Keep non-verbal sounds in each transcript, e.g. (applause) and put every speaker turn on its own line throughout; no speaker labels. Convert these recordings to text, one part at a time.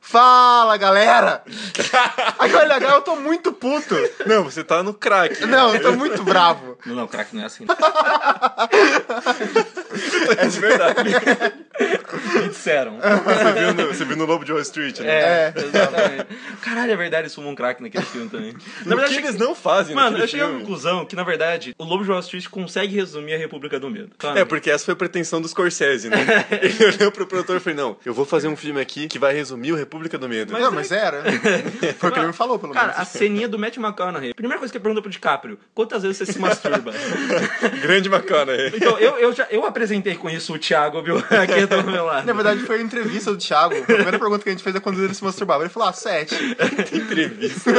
Fala,
(laughs)
galera! Aqui, olha, agora eu tô muito puto.
Não, você tá no crack.
Não, eu tô muito bravo.
Não, não, crack não é assim.
(laughs) É de verdade.
Me disseram.
Você viu no, você viu no Lobo de Wall Street, né?
É, exatamente. Caralho, é verdade, eles fumam crack naquele filme também. Na verdade,
o que
eu
eles
cheguei-
não fazem
Mano,
naquele
eu cheguei à
filme?
conclusão que, na verdade, o Lobo de Wall Street consegue resumir a República do Medo. sabe?
É, porque essa foi a pretensão do (laughs) Scorsese, né? Ele olhou pro produtor e falou, não, eu vou fazer um filme aqui que vai resumir o República do Medo.
não, mas é- era. Foi o que ele me falou, pelo
Cara,
menos.
a ceninha do Matt McConaughey. Primeira coisa que eu pergunto pro DiCaprio, quantas vezes você se masturba? (laughs)
Grande é McConaughey.
Então, eu, eu, já, eu apresentei com isso o Thiago, viu? (laughs) Aqui do meu lado.
Na verdade, foi a entrevista do Thiago. A primeira pergunta que a gente fez é quando ele se masturbava. Ele falou, ah, sete.
Entrevista.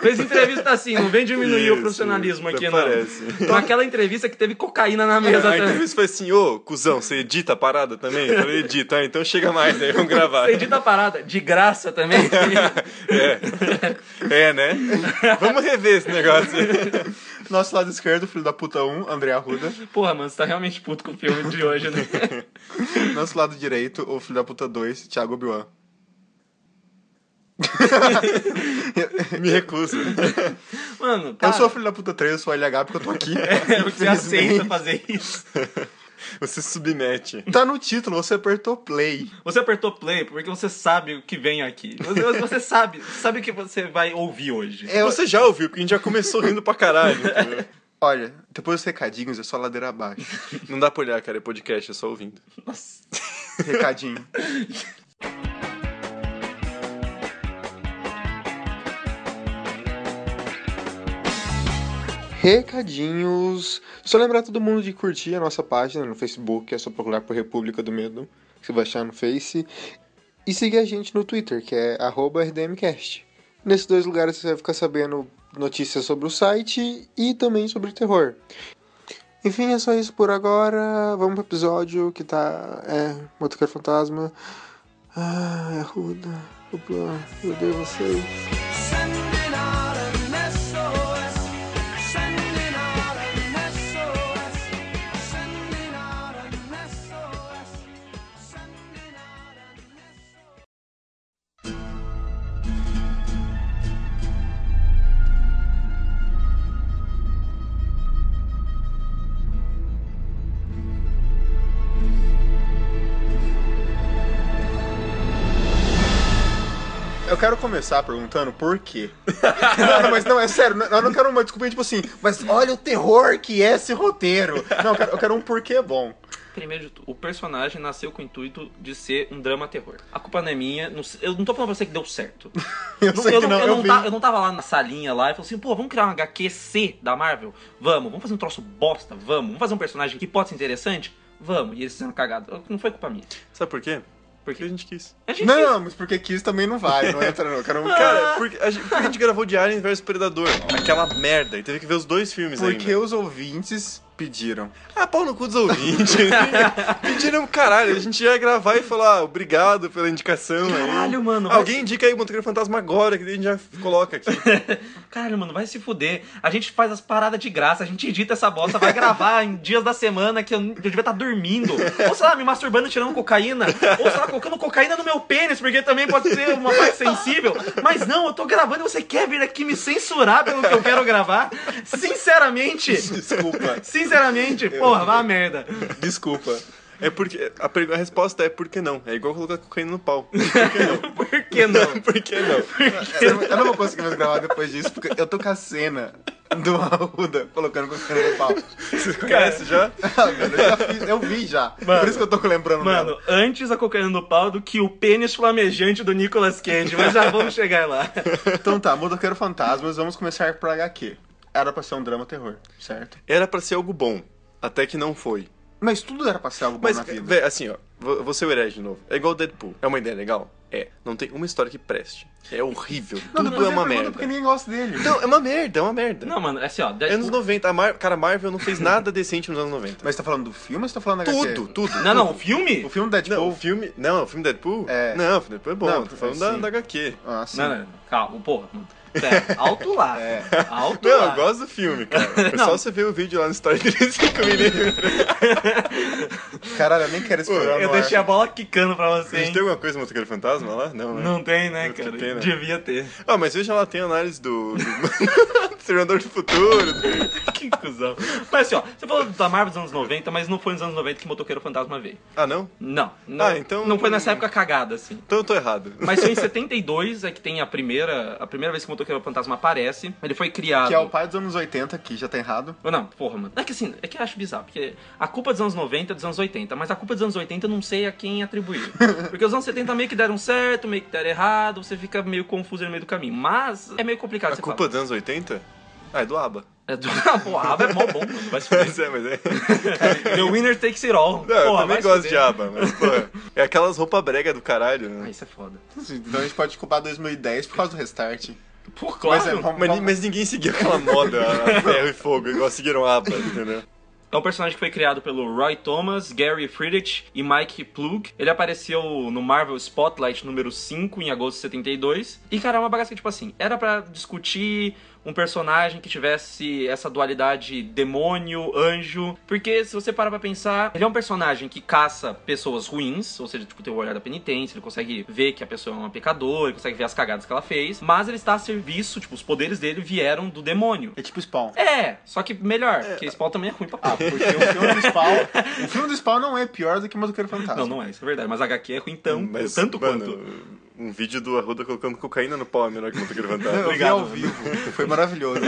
Fez entrevista assim, não vem diminuir o
Isso,
profissionalismo aqui, não.
parece.
Naquela entrevista que teve cocaína na mesa. né?
A
também.
entrevista foi assim, ô, cuzão, você edita a parada também? Eu falei, edita, ah, então chega mais aí, vamos gravar.
Você edita a parada de graça também. (laughs)
É, né? Vamos rever esse negócio aí.
Nosso lado esquerdo, filho da puta 1, André Arruda.
Porra, mano, você tá realmente puto com o filme de hoje, né?
Nosso lado direito, o filho da puta 2, Thiago Obi-Wan.
(laughs) Me recuso.
Mano,
Eu
para.
sou o filho da puta 3, eu sou LH porque eu tô aqui.
(laughs) É, você aceita
Infelizmente.
fazer isso.
Você se submete.
Tá no título, você apertou play.
Você apertou play porque você sabe o que vem aqui. Você, você sabe, sabe o que você vai ouvir hoje.
É,
Você já ouviu, porque a gente já começou rindo pra caralho. entendeu?
Olha, depois dos recadinhos é só ladeira abaixo.
Não dá pra olhar, cara, é podcast, é só ouvindo.
Nossa.
Recadinho. Recadinhos. Só lembrar todo mundo de curtir a nossa página no Facebook, é só procurar por República do Medo, que você vai achar no Face. E seguir a gente no Twitter, que é arroba RDMcast. Nesses dois lugares você vai ficar sabendo notícias sobre o site e também sobre terror. Enfim, é só isso por agora. Vamos pro episódio que tá. É, Motoqueiro Fantasma. Ah, é ruda. Eu odeio vocês.
Sending out an SOS. Sending out an SOS. Sending out an SOS. Sending out an SOS.
Eu quero começar perguntando por quê. (laughs) não, não, mas não, é sério. não- Eu não quero uma desculpinha tipo assim, mas olha o terror que é esse roteiro. Não, eu quero, eu quero um porquê bom.
Primeiro de tudo, o personagem nasceu com o intuito de ser um drama terror. A culpa não é minha, não sei- eu não tô falando pra você que deu certo.
Eu sei que não,
eu,
eu
não tá-
vi.
ta- eu não tava lá na salinha lá e falei assim, pô, vamos criar um HQC da Marvel? Vamos, vamos fazer um troço bosta, vamos, vamos fazer um personagem que pode ser interessante? Vamos, e eles fizeram cagada. Não foi culpa minha.
Sabe por quê?
Por
Porque a
quê?
gente quis.
A gente
Não, não, mas porque quis também não vai, não entra não. Eu
(laughs)
quero um cara.
Cara, porque a gente, porque a gente gravou de Alien vs Predador, aquela merda, e teve que ver os dois filmes
Porque
ainda.
os ouvintes pediram.
Ah, pau no cu dos ouvintes. (laughs) Pediram caralho, a gente ia gravar e falar ah, obrigado pela indicação. aí.
Caralho,
Ah,
mano, vai
Alguém indica aí o Monteiro Fantasma agora, que daí a gente já coloca aqui.
Caralho, mano, vai se fuder. A gente faz as paradas de graça, a gente edita essa bosta, vai gravar em dias da semana que eu, eu devia estar dormindo. Ou sei lá, me masturbando e tirando cocaína. Ou sei lá, colocando cocaína no meu pênis, porque também pode ser uma parte sensível. Mas não, eu tô gravando e você quer vir aqui me censurar pelo que eu quero gravar? Sinceramente.
Desculpa,
Sinceramente, porra, vá a merda.
desculpa. É porque. A, pergu- a resposta é por que não? É igual colocar cocaína no pau. (laughs)
Por que não?
Por que não?
Eu não- eu não vou conseguir mais gravar depois disso, porque eu tô com a cena do Arruda colocando com a cena no pau.
Vocês conhecem já?
Ah, velho, eu já fiz, eu vi já.
Mano.
Por isso que eu tô lembrando dela.
Mano, antes a cocaína no pau do que o pênis flamejante do Nicolas Cage, mas já vamos chegar lá.
Então tá, Motoqueiro Fantasmas, vamos começar por HQ. Era pra ser um drama terror, certo?
Era pra ser algo bom. Até que não foi.
Mas tudo era pra ser algo bom
Mas,
na vida.
vé, assim, ó, vou vou ser o herege de novo. É igual Deadpool. É uma ideia legal? É. Não tem uma história que preste. É horrível.
Não,
Tudo
mas
é
eu
uma
pergunto
merda.
Porque ninguém gosta dele.
Não, é uma merda, é uma merda.
Não, mano, é assim, ó.
Anos 90, a Mar... cara, a Marvel não fez nada decente nos anos 90.
Mas você tá falando do filme ou você tá falando da HQ?
Tudo, tudo.
Não, não, o
O
filme?
filme do Deadpool?
Não, o filme. Não, o filme Deadpool?
É.
Não, o filme Deadpool é bom.
Não,
tô falando
é
da,
sim.
da HQ.
Ah, sim.
Não, não, não, calma, porra. mano. É, alto lá. Alto
Não,
lá.
eu gosto do
(laughs)
filme, cara. É
Não.
só você ver o vídeo lá no Story (laughs) 35 minutos.
Caralho, eu nem quero explorar
Eu
no
deixei
ar.
a bola quicando pra você,
A gente
hein?
tipo, tem alguma coisa no Motoqueiro Fantasma lá? Não, né?
Não tem, né,
Eu
cara?
fiquei, né?
Devia ter.
Ah, mas veja lá, tem análise do... do... (laughs) do Senador do Futuro. do-
que cuzão. Mas assim, ó, você falou da Marvel dos anos 90, mas não foi nos anos 90 que Motoqueiro Fantasma veio.
Ah, não?
Não. não
Ah, então-
Não foi nessa época cagada, assim.
Então eu tô errado.
Mas foi em 72 é que tem a primeira, a primeira vez que o Motoqueiro Fantasma aparece. Ele foi criado.
Que é o pai dos anos 80, que já tá errado.
Ou Não, porra, mano. É que assim, é que eu acho bizarro, porque a culpa dos anos 90 é dos anos 80, mas a culpa dos anos 80 eu não sei a
(laughs)
quem atribuir. Porque os anos 70 meio que deram certo, meio que deram errado, você fica meio confuso no meio do caminho. Mas é meio complicado
A
você
culpa dos anos 80? Ah, é do ABBA. (laughs)
Fala. É do... (laughs) Ah, Pô, a aba é mó bom, mano. Vai se fuder.
Mas é, mas é...
The winner takes it all.
Não,
Porra,
eu também
vai se
gosto
fuder.
de ABBA, mas, porra... É aquelas roupas brega do caralho,
Ah,
né?
isso é foda.
Então a gente pode culpar 2010 por causa do restart.
Pô,
Mas
claro.
é, vamos-
Mas, mas ninguém seguiu aquela moda, a (laughs) ferro e fogo, igual seguiram ABBA, entendeu?
É um personagem que foi criado pelo Roy Thomas, Gary Friedrich e Mike Plug. Ele apareceu no Marvel Spotlight número 5 em agosto de 72. E, cara, é uma bagaça que, tipo assim, era pra discutir um personagem que tivesse essa dualidade demônio, anjo. Porque se você parar pra pensar, ele é um personagem que caça pessoas ruins, ou seja, tipo, tem o olhar da penitência, ele consegue ver que a pessoa é uma pecadora, ele consegue ver as cagadas que ela fez. Mas ele está a serviço, tipo, os poderes dele vieram do demônio.
É tipo Spawn.
É, só que melhor, porque Spawn também é ruim pra
Ah,
pau.
porque o filme do Spawn... o filme do Spawn não é pior do que o Motoqueiro Fantasma.
Não, não é, isso é verdade. Mas HQ é ruim então,
Mas,
tanto
mano,
quanto.
Um vídeo do Arruda colocando cocaína no pau é melhor que o Motoqueiro
(laughs)
Eu
Fantasma.
vi
Obrigado,
ao
mano.
vivo. Foi maravilhoso.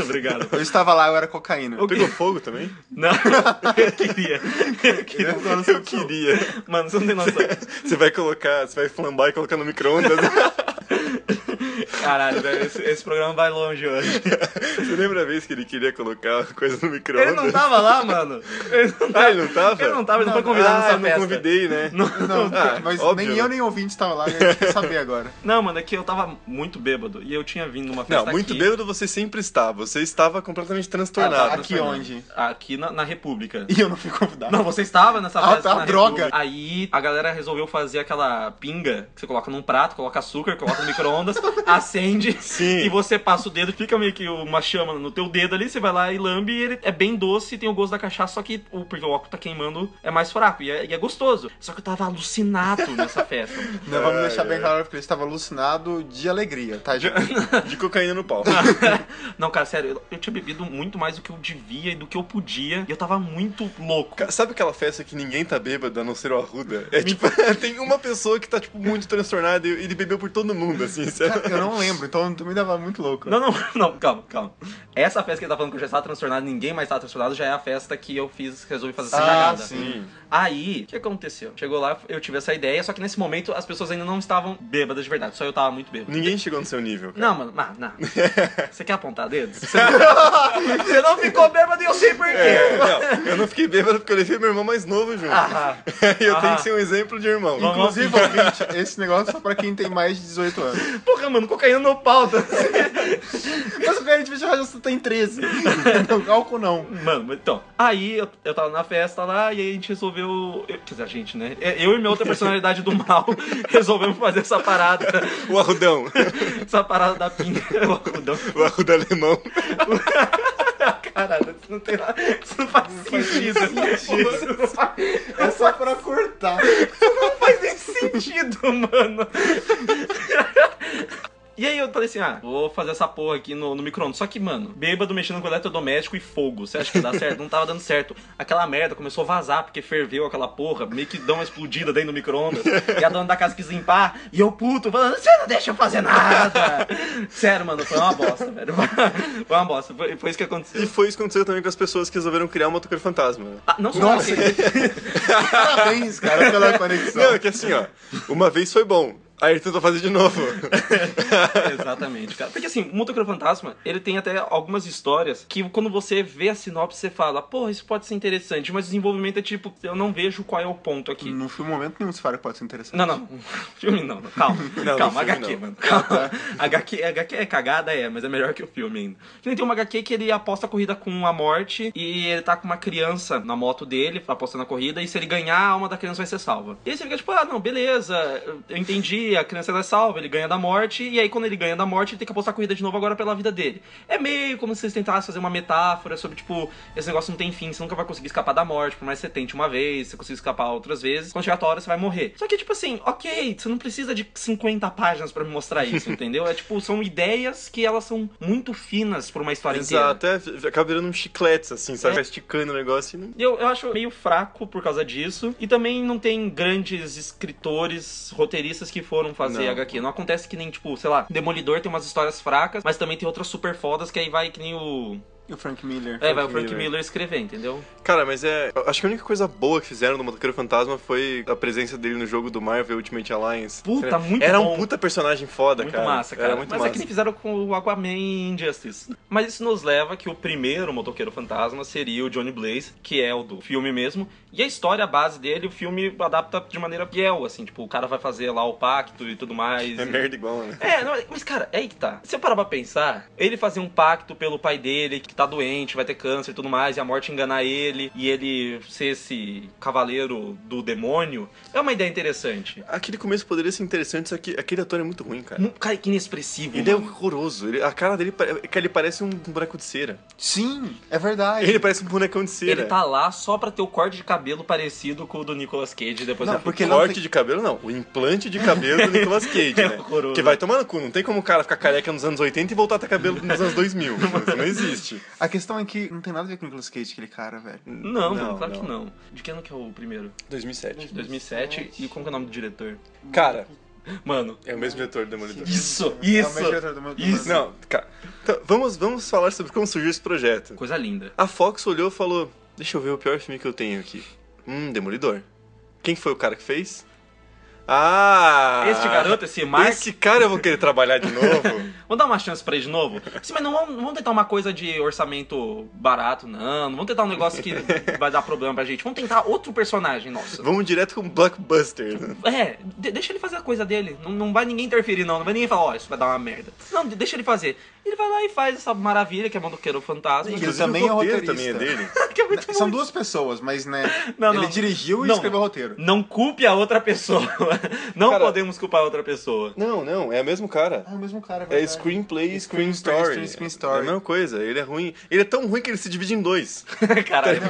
Obrigado.
Eu estava lá, eu era cocaína.
Eu
Pegou fogo também?
Não, (laughs) eu queria.
(laughs)
Eu queria.
Eu queria. (laughs)
Mano, você não tem noção.
Você vai colocar, você vai flambar e colocar no micro-ondas. (laughs)
Caralho, velho, esse, esse programa vai longe
(laughs)
hoje.
você lembra a vez que ele queria colocar coisa no
Ele
micro-ondas?
não tava lá, mano. Ele não tava.
Ah, ele não tava?
Ele não tava, ele não foi
ah,
convidado nessa
eu
festa.
não convidei, né?
Não,
Ah,
mas
óbvio,
nem eu
né?
nem ouvinte estava lá, eu quero saber agora.
Não, mano, é que eu tava muito bêbado. E eu tinha vindo numa festa
Não, muito
tá aqui,
bêbado é você sempre está. Você estava completamente
Ah,
transtornado.
tá,
né?
aqui onde?
Aqui na, na República.
E eu não fui convidado.
Não, você estava nessa
Ah,
festa
tá,
na
droga.
República. Aí a galera resolveu fazer aquela pinga que você coloca num prato, coloca açúcar, coloca no micro-ondas, (laughs) acende
Sim.
e você passa o dedo, fica meio que uma chama no teu dedo ali, você vai lá e lambe e ele é bem doce, tem o gosto da cachaça, só que o porque o óculos tá queimando é mais fraco e é, e é gostoso. Só que eu tava alucinado nessa festa. (laughs)
Não, vamos deixar
Ai,
bem
ai.
claro porque ele estava alucinado de alegria, tá, gente?
De cocaína no pau.
Ah. Não, cara, sério, eu, eu tinha bebido muito mais do que eu devia e do que eu podia e eu tava muito louco.
Ca- Sabe aquela festa que ninguém tá bêbado a não ser o Arruda? É tipo, (laughs) tem uma pessoa que tá, tipo, muito transtornada e ele bebeu por todo mundo, assim, sabe?
Eu não lembro, então tu me dava muito louco.
Não, (laughs) não, não, calma, calma. Essa festa que ele tá falando que eu já estava transtornado, ninguém mais estava transtornado, já é a festa que eu fiz, resolvi fazer essa
Ah,
cagada.
sim.
Aí, o que aconteceu? Chegou lá, eu tive essa ideia, só que nesse momento as pessoas ainda não estavam bêbadas de verdade, só eu tava muito bêbado.
Ninguém chegou no seu nível.
Não, mano, não, (laughs) não. Você quer apontar dedos? Você não, Você não ficou bêbado e eu sei por quê.
É, não, eu não fiquei bêbado porque eu levei meu irmão mais novo junto.
Ah,
(laughs) E eu tenho
ah.
que ser um exemplo de irmão.
Vamos-
Inclusive, ouvinte, esse negócio é só pra quem tem mais de 18 anos.
(laughs) porra, mano, cocaína no pau. tá?
Mas o cara de já você tem 13. Não, álcool não.
Mano, então. Aí eu, eu tava na festa lá e aí a gente resolveu. Eu, quer dizer, a gente, né? Eu e minha outra personalidade do mal (laughs) resolvemos fazer essa parada.
O Arrudão. (laughs)
Essa parada da pinga. (laughs) O algodão.
O Arruda alemão.
Caralho, isso não tem nada. Isso não faz sentido. Isso não faz,
É só pra cortar.
não faz nem sentido, (laughs) mano. E aí eu falei assim, ah, vou fazer essa porra aqui no, no micro-ondas. Só que, mano, bêbado mexendo com eletrodoméstico e fogo. Você acha que dá certo? Não tava dando certo. Aquela merda começou a vazar porque ferveu aquela porra. Meio que dá uma explodida dentro do micro-ondas. E a dona da casa quis limpar. E eu puto, falando, você não deixa eu fazer nada. Sério, mano, foi uma bosta, velho. (laughs) Foi uma bosta. Foi, foi isso que aconteceu.
E foi isso que aconteceu também com as pessoas que resolveram criar um motoqueiro fantasma. né?
Ah, não só
Nossa.
aquele-
Parabéns, cara, pela conexão.
Não, é que assim, ó. Uma vez foi bom. Aí ele tentou fazer
(laughs)
de novo.
Exatamente, cara. Porque assim, o Motoqueiro Fantasma, ele tem até algumas histórias que quando você vê a sinopse, você fala, porra, isso pode ser interessante, mas o desenvolvimento é tipo, eu não vejo qual é o ponto aqui.
Não fui um momento nenhum se fala que pode ser interessante.
Não, não. (laughs) Filme não, não. calma.
no
calma,
filme
HQ,
não.
mano. Calma. (laughs) HQ, HQ é cagada, é, mas é melhor que o filme ainda. Que nem tem uma HQ que ele aposta a corrida com a morte e ele tá com uma criança na moto tá dele, apostando a corrida, e se ele ganhar, a alma da criança vai ser salva. E aí você fica tipo, ah, não, beleza, eu entendi, ali, a criança é salva, ele ganha da morte, e aí quando ele ganha da morte, ele tem que apostar a corrida de novo agora pela vida dele. É meio como se eles tentassem fazer uma metáfora sobre, tipo, esse negócio não tem fim, você nunca vai conseguir escapar da morte, por mais que você tente uma vez, você consiga escapar outras vezes, quando chegar a tua hora você vai morrer. Só que, tipo assim, ok, você não precisa de 50 páginas pra me mostrar isso, entendeu? É tipo, são ideias que elas são muito finas pra uma história inteira.
Exato, é, f- acaba virando um chiclete, assim, sabe?
É.
Vai esticando o negócio e não...
E Eu, eu acho meio fraco por causa disso. E também não tem grandes escritores, roteiristas que foram fazer
Não.
HQ. Não acontece que nem, tipo, sei lá, Demolidor tem umas histórias fracas, mas também tem outras super fodas que aí vai que nem o.
E o Frank Miller.
é, vai o Frank
Miller.
Miller escrever, entendeu?
Cara, mas é... eu Acho que a única coisa boa que fizeram do Motoqueiro Fantasma foi a presença dele no jogo do Marvel Ultimate Alliance.
Puta, muito
Era
bom.
um puta personagem foda,
muito
cara.
massa, cara.
Era muito
Mas
massa.
é que nem fizeram com o Aquaman e Injustice. Mas isso nos leva que o primeiro motoqueiro fantasma seria o Johnny Blaze, que é o do filme mesmo. E a história, a base dele, o filme adapta de maneira fiel, assim. Tipo, o cara vai fazer lá o pacto e tudo mais.
É
e-
merda igual, né?
É, não, mas cara, é aí que tá. Se eu parar pra pensar, ele fazer um pacto pelo pai dele, que tá doente, vai ter câncer e tudo mais, e a morte enganar ele, e ele ser esse cavaleiro do demônio, é uma ideia interessante.
Aquele começo poderia ser interessante, só que aquele ator é muito ruim, cara.
Não- Cara, que inexpressivo.
Ele é
mano.
horroroso. Ele- a cara dele pare- cara, ele parece um boneco de cera.
Sim, é verdade.
Ele parece um bonecão de cera.
Ele tá lá só pra ter o corte de cabelo parecido com o do Nicolas Cage depois
Não,
da-
porque-
corte
tem-
de cabelo, não. O implante de cabelo do Nicolas Cage,
(laughs) É
né?
horroroso.
Que vai tomar no cu. Não tem como o cara ficar careca nos anos 80 e voltar a ter cabelo nos anos 2000. Isso não existe.
A questão é que não tem nada a ver com o Nicolas Cage, aquele cara, velho.
Não,
Não,
claro
não.
que não. De que ano que é o primeiro?
2007.
2007. E como que é o nome do diretor?
Cara,
Mano,
é o mesmo diretor do Demolidor.
isso,
É o
isso,
mesmo diretor do- do-
isso.
Não, cara. Então, vamos, vamos falar sobre como surgiu esse projeto.
Coisa linda.
A Fox olhou e falou: Deixa eu ver o pior filme que eu tenho aqui. Hum, Demolidor. Quem foi o cara que fez? Ah!
Este garoto, esse Mark,
Esse cara eu vou querer trabalhar
(laughs)
de novo.
Vamos dar uma chance pra ele de novo? Sim, mas não vamos, não vamos tentar uma coisa de orçamento barato, não. Não vamos tentar um negócio
(laughs)
que vai dar problema pra gente. Vamos tentar outro personagem nosso.
Vamos direto com Blockbuster. né?
É, de- deixa ele fazer a coisa dele. Não, não vai ninguém interferir, não. Não vai ninguém falar, ó, isso vai dar uma merda. Não, de- deixa ele fazer. Ele vai lá e faz essa maravilha que é Mandoqueiro Fantasma.
Ele
Inclusive,
também
o
é
roteiro
roteirista.
também é dele.
(laughs) que é muito
São
bom.
duas pessoas, mas né.
(laughs) Não,
ele
não.
dirigiu e
Não.
escreveu o roteiro.
Não culpe a outra pessoa. (laughs) Não
Cara-
podemos culpar a outra pessoa.
Não, não, é o mesmo cara.
Ah,
É o mesmo cara,
É
velho.
screenplay e screen,
Screenplay,
story.
screen- screen story.
É a mesma coisa, ele é ruim. Ele é tão ruim que ele se divide em dois.
(laughs) Caralho. né?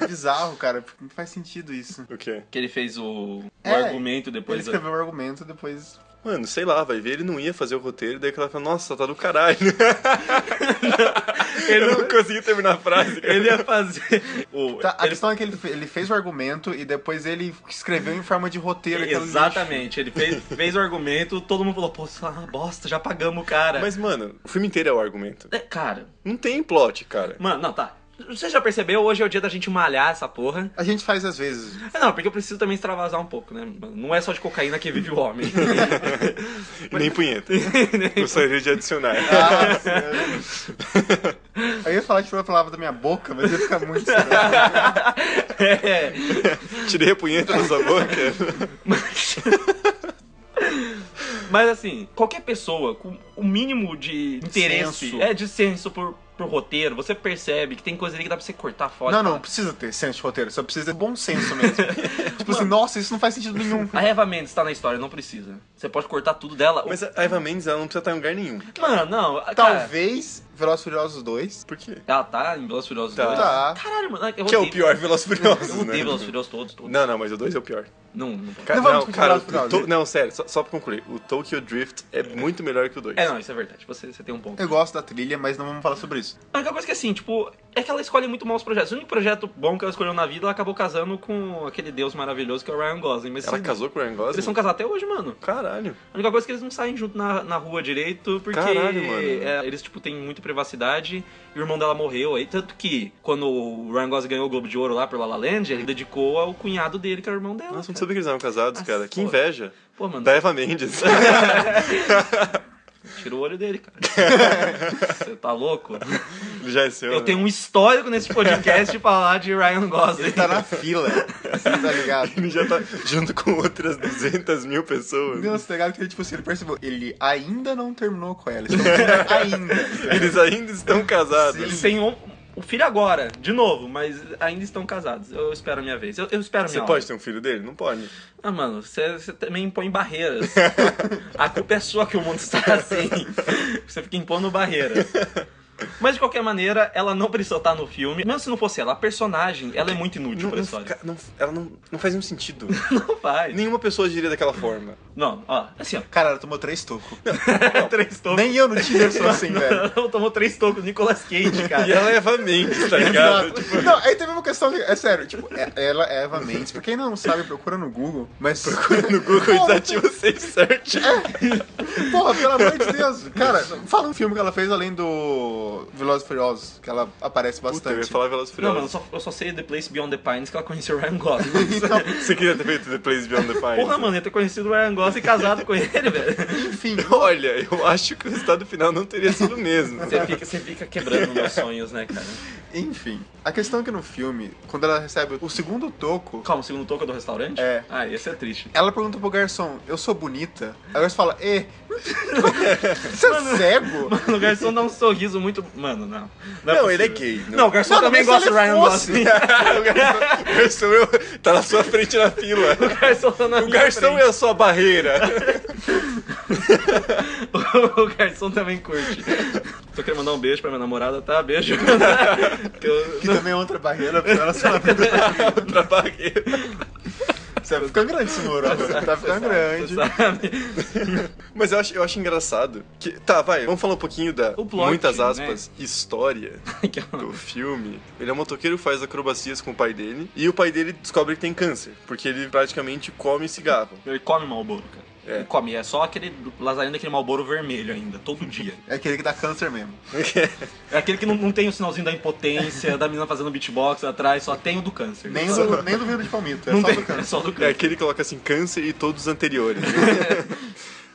É bizarro, cara. porque Não faz sentido isso.
(laughs) O quê?
Que ele fez o, o
É,
argumento depois.
ele
da-
escreveu o argumento depois.
Mano, sei lá, vai ver, ele não ia fazer o roteiro, daí que ela fala, nossa, tá do caralho. (laughs) ele é- não conseguiu terminar a (laughs) frase. cara.
Ele ia fazer. (laughs) o-
Tá, a
ele
questão é que ele, fe- ele fez o argumento e depois ele escreveu em forma de roteiro.
é
aquele lixo.
Exatamente, ele fez, fez o argumento, todo mundo falou, pô, isso é uma bosta, já pagamos o cara.
Mas, mano, o filme inteiro é o argumento.
É, cara,
Não tem plot, cara.
mano, não, tá. Você já percebeu, hoje é o dia da gente malhar essa porra.
A gente faz às vezes.
É, Não, porque eu preciso também extravasar um pouco, né? Não é só de cocaína que vive o homem. (laughs)
Nem (laughs) punheta. Gostaria de adicionar.
Eu ia falar tipo a palavra da minha boca, mas ia ficar muito
(laughs)
estranho.
é.
Tirei a punheta da sua boca.
Mas... Mas assim, qualquer pessoa com o mínimo de interesse,
Senso.
é de senso por, por roteiro, você percebe que tem coisa ali que dá pra você cortar fora.
Não, não, precisa ter senso de roteiro, só precisa ter bom senso
(laughs)
mesmo. tipo assim, nossa, isso não faz sentido nenhum.
A Eva Mendes tá na história, não precisa. Você pode cortar tudo dela.
(laughs) Mas a Eva Mendes, ela não precisa estar em lugar nenhum.
Mano, não. Talvez.
Talvez Velozes e Furiosos 2.
Por quê?
Ela tá em Velozes e Furiosos
Tá.
2.
Tá.
Caralho, mano. Eu
Que é o
odeio-
pior Velozes e Furiosos,
Eu
né?
odeio Velozes e Furiosos todos, todos.
Não, não, mas o 2 é o pior.
Não, não.
Ca-
Não vamos
não,
discutir
cara,
o final, né?
o to-
gente.
não, sério, só, só pra concluir. O Tokyo Drift é muito melhor que o 2.
É, não, isso é verdade. Você, você tem um ponto.
Eu gosto da trilha, mas não vamos falar sobre isso.
A única coisa que, assim, tipo, é que ela escolhe muito mal os projetos. O único projeto bom que ela escolheu na vida, ela acabou casando com aquele deus maravilhoso que é o Ryan Gosling. Mas
Ela
assim,
casou com o Ryan
Eles
Gosling?
são casados até hoje, mano.
Caralho.
A única coisa é que eles não saem junto na, na rua direito, porque
Caralho, mano.
é, eles, tipo, têm muita privacidade e o irmão dela morreu aí. Tanto que quando o Ryan Gosling ganhou o Globo de Ouro lá pro La La Land, ele dedicou ao cunhado dele, que era o irmão dela.
Nossa,
Ah, cara.
não sabia que eles eram casados,
Ah,
cara. Que
foda.
inveja.
Pô, mano,
Da Eva
(laughs)
Mendes.
tira o olho dele, cara.
(laughs)
Você tá louco?
Ele já é seu.
Eu
né?
tenho um histórico nesse podcast de falar de Ryan Gosling.
Tá
(laughs)
na fila, tá ligado?
(laughs) Ele já tá junto com outras 200 mil pessoas.
Deus, tá ligado? Que tipo assim, ele percebeu, ele
tá
ainda não terminou com ela. Ele ainda.
(laughs) Eles ainda estão casados.
Sim.
Eles têm um- o filho agora, de novo, mas ainda estão casados. Eu espero a minha vez. Eu, eu espero a minha
Você
hora.
pode ter um filho dele? Não pode.
Ah, mano, você você também impõe
(laughs)
barreiras. a culpa é sua que o mundo está assim. Você fica impondo barreiras. Mas de qualquer maneira, ela não precisa estar no filme. Mesmo se não fosse ela, a personagem, ela é muito inútil
Não,
pra
não
história.
fica- não- ela não, não faz
(laughs)
nenhum sentido.
Não faz.
Nenhuma pessoa diria daquela forma.
Não, ó, assim,
(laughs)
ó.
Cara, ela tomou três tocos.
É
três tocos.
Nem eu no Tinder sou assim, velho.
(laughs) Ela tomou três tocos, Nicolas
(laughs)
Cage, cara.
E ela é Eva
(laughs)
Mendes, tá ligado?
Exato. Não, aí teve uma questão. É sério, tipo, é- ela é Eva Mendes. Pra quem não sabe, procura no Google. Mas procura (laughs)
No Google desativa o Safe Search.
É.
Porra, pelo amor de Deus. Cara, fala um filme que ela fez além do Velozes e Furiosos, que ela aparece
Puta, eu ia
bastante.
falar Velozes e
Não, mano, eu
Furiosos.
só, eu só sei The Place Beyond the Pines que ela conheceu o Ryan Gosling.
Então,
Você queria ter feito The Place Beyond the Pines? né?
Porra, mano, ia ter conhecido o Ryan Gosling e casado com ele, velho.
Enfim,
Olha, eu acho que o resultado final não teria sido o mesmo.
(laughs) Você fica, você fica quebrando meus sonhos, né, cara?
enfim. A questão é que no filme, quando ela recebe o segundo toco,
Calma, o segundo toco é do restaurante?
É.
Ah, esse é triste.
ela pergunta pro garçom, eu sou bonita? Aí o garçom fala, eh, você é cego?
Mano, (laughs) o garçom dá um sorriso muito. Mano, não. Não,
Não, ele é
possível.
gay. Não,
Não, o garçom
Mano,
também
mas se
gosta do
ele
Ryan
fosse-
Gosling.
o garçom, o garçom eu- tá na sua frente na fila.
(laughs) O garçom tá na
O
minha
garçom
frente. (laughs)
é a sua barreira. (laughs)
O garçom também (laughs) curte. Só queria mandar um beijo pra minha namorada, tá? (laughs) Beijo. que eu...
Que também é outra barreira pra ela só
(laughs)
Outra barreira.
Você vai ficando grande esse muro, agora. tá ficando grande.
Sabe? (laughs)
Mas eu acho, eu acho engraçado que. Tá, vai, vamos falar um pouquinho da
O plot, né?
muitas aspas, história
Que é uma-
do filme. Ele é um motoqueiro que faz acrobacias com o pai dele. E o pai dele descobre que tem câncer, porque ele praticamente come cigarro.
Ele come malboro, cara.
É.
Ele come, é só aquele lazarino daquele malboro vermelho ainda, todo dia.
(laughs) É aquele que dá câncer mesmo.
É aquele que não, não tem o sinalzinho da impotência, da menina fazendo beatbox atrás, só tem o do câncer.
Nem
Só-
do, nem do vidro de palmito, é
não
só
tem,
do
é
câncer.
(laughs) só do
É
câncer.
aquele que coloca assim, câncer e todos os (laughs) anteriores.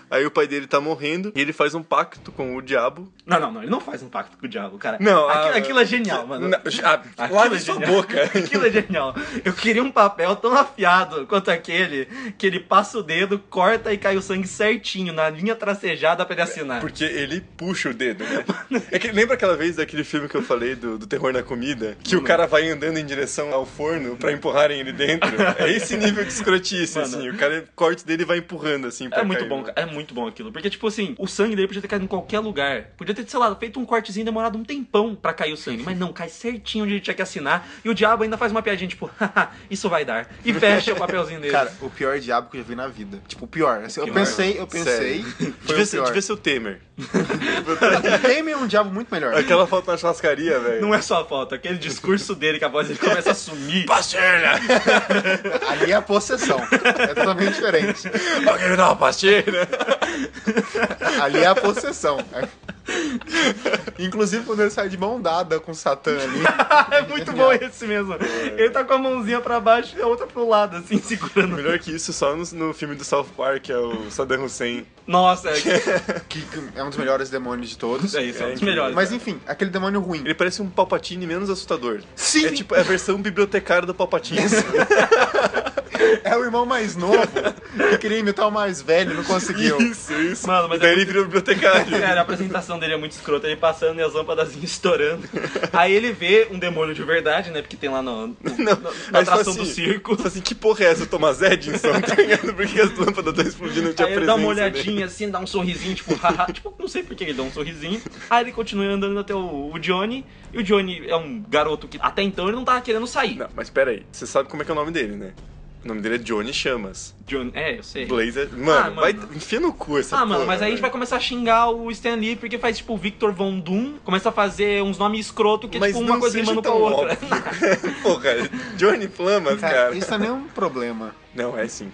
Aí o pai dele tá morrendo e ele faz um pacto com o diabo.
Não, não, não, ele não faz um pacto com o diabo, cara.
Não,
aquilo,
ah,
aquilo é genial, mano.
Não, já-
Aquilo
lave
é
sua
genial.
boca.
(laughs) Aquilo é genial. Eu queria um papel tão afiado quanto aquele que ele passa o dedo, corta e cai o sangue certinho na linha tracejada pra ele assinar.
(laughs) Porque ele puxa o dedo, né? É que, lembra aquela vez daquele filme que eu falei do, do terror na comida?
Hum.
Que o cara vai andando em direção ao forno pra empurrarem ele dentro? É esse nível de escrotice,
Mano.
assim. O cara corte dele e vai empurrando, assim.
Tá
pra
É muito
cair.
né?
bom, cara. é muito bom aquilo. Porque, tipo assim, o sangue dele podia ter caído em qualquer lugar. Podia ter, sei lá, feito um cortezinho demorado um tempão pra cair o sangue. Mas não, cai certinho onde ele tinha que assinar. E o diabo ainda faz uma piadinha, tipo, (laughs) haha, isso vai dar.
(laughs)
E fecha o papelzinho dele.
Cara, o pior diabo que eu já vi na vida. Tipo, o pior. assim, eu
pior.
pensei, eu pensei.
Sério.
Foi
Devia
o
ser, devia
pior.
ser o Temer.
O Temer é um diabo muito melhor.
Aquela foto na churrascaria, velho.
não é só a foto, aquele discurso dele que a voz dele começa
(laughs)
a sumir.
Pastilha!
Ali é a possessão. É totalmente diferente.
Alguém me dá uma
né?
pastilha?
Ali é a possessão. Inclusive, quando ele sai de mão dada com o Satã ali.
(laughs) é muito bom esse mesmo. Ele tá com a mãozinha pra baixo e a outra pro lado, assim, segurando.
Melhor que isso, só no, no filme do South Park, é o Saddam Hussein.
Nossa, é,
Que é um dos melhores demônios de todos.
é isso, é um dos
É,
melhores.
Mas enfim, aquele demônio ruim.
Ele parece um Palpatine menos assustador.
Sim!
É tipo é a versão bibliotecária do (laughs) Palpatine.
É o irmão mais novo que queria imitar o mais velho, não conseguiu.
Isso, isso.
Mano, mas
Daí
é
ele virou bibliotecário.
(laughs) Cara, a apresentação dele é muito escrota, ele passando e as lâmpadazinhas (laughs) estourando. Aí ele vê um demônio de verdade, né? Porque tem lá no,
(laughs)
no- na
Aí fala
atração do
assim, (laughs)
circo.
fala assim, que porra é essa, Thomas Edison? (laughs) Tá ligado? Por que as lâmpadas estão explodindo? Não tinha
Aí ele dá uma
presença dele.
olhadinha assim, dá um sorrisinho, tipo, haha. tipo, não sei por que ele dá um sorrisinho. Aí ele continua andando até o, o Johnny. E o Johnny é um garoto que até então ele não tava querendo sair.
Não, mas pera aí. Você sabe como é que é o nome dele, né? O nome dele é Johnny Chamas.
Johnny, é, eu sei.
Blazer. Mano,
Ah, mano.
vai. Enfia no cu essa
Ah, mano,
porra, né?
mas aí a gente vai
velho.
começar a xingar o Stan Lee porque faz tipo Victor Von Doom, começa a fazer uns nomes escroto que é
Mas
tipo uma
não
coisa
seja
rimando com a
tão
outra. (laughs)
óbvio. (laughs) porra, Johnny Flamas, cara.
Cara, isso não é um problema.
Não, é sim.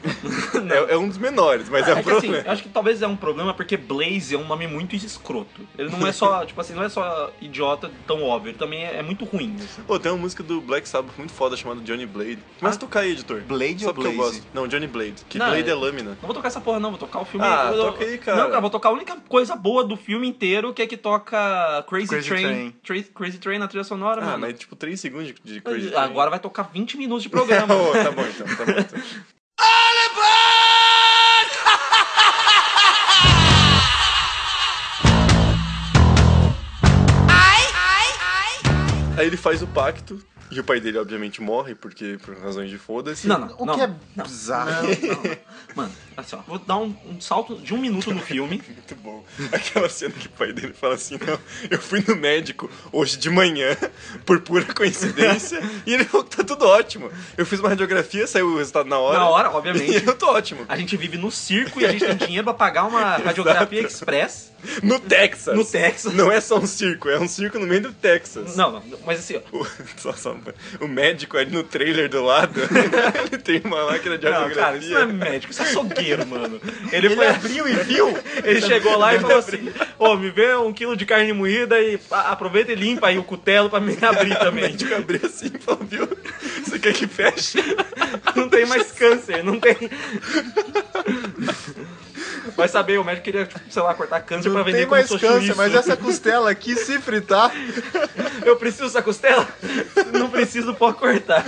é, é um dos menores, mas é,
É
um
que assim,
problema.
eu acho que talvez é um problema porque Blaze é um nome muito escroto. Ele não é
(laughs)
só, tipo assim, não é só idiota tão óbvio, ele também é, é muito ruim. assim.
Pô, tem uma música do Black Sabbath muito foda chamada Johnny Blade.
Ah.
Começa a tocar aí, editor.
Blade
Só
ou
porque eu
Blaze?
gosto. Não, Johnny Blade. Que
Não,
Blade
é-
é lâmina.
Não vou tocar essa porra não, vou tocar o filme.
Ah,
eu, eu-
toca aí, cara.
Não, cara, vou tocar a única coisa boa do filme inteiro que é que toca Crazy,
Crazy
Train,
Train.
Tra- Crazy Train na trilha sonora,
Ah,
mano.
mas tipo 3 segundos de- de Crazy Train.
é,
(laughs)
Agora vai tocar 20 minutos de
Tá (laughs)
programa.
bom, tá bom então, tá bom então. Aí ele faz o pacto. E o pai dele, obviamente, morre, porque por razões de foda-se.
Não, não.
O
não,
que é
não.
bizarro.
(laughs)
Não, tipo, não, não. Mano, assim, ó, vou dar um, um salto de um minuto no filme.
Muito bom. Aquela cena que o pai dele fala assim: não, eu fui no médico hoje de manhã, por pura coincidência, e ele falou que tá tudo ótimo. Eu fiz uma radiografia, saiu o resultado na hora.
Na hora, obviamente.
(laughs) E eu tô ótimo.
A gente vive no circo e a gente tem dinheiro pra pagar uma radiografia express.
No Texas.
No Texas.
Não é só um circo, é um circo no meio do Texas.
Não, não, mas assim, ó.
O, só, só, o médico ali no trailer do lado, (laughs) ele tem uma máquina de
Não, cara, isso não é
radiografia.
médico, isso é açougueiro, mano. Ele, foi abriu e viu, (laughs) ele chegou lá e falou assim: Ô, me vê um quilo de carne moída e a- aproveita e limpa aí o cutelo pra me (laughs) abrir
O
também.
médico abriu assim e falou, viu? Você quer que feche? (laughs)
Não tem mais câncer, não tem. (laughs) Vai saber, o médico queria, tipo, sei lá, cortar câncer pra
Não
vender
tem
como
mais
se fosse um
câncer,
chouriço.
mas essa costela aqui, se fritar,
Eu preciso dessa costela? (laughs) Não preciso, pode cortar.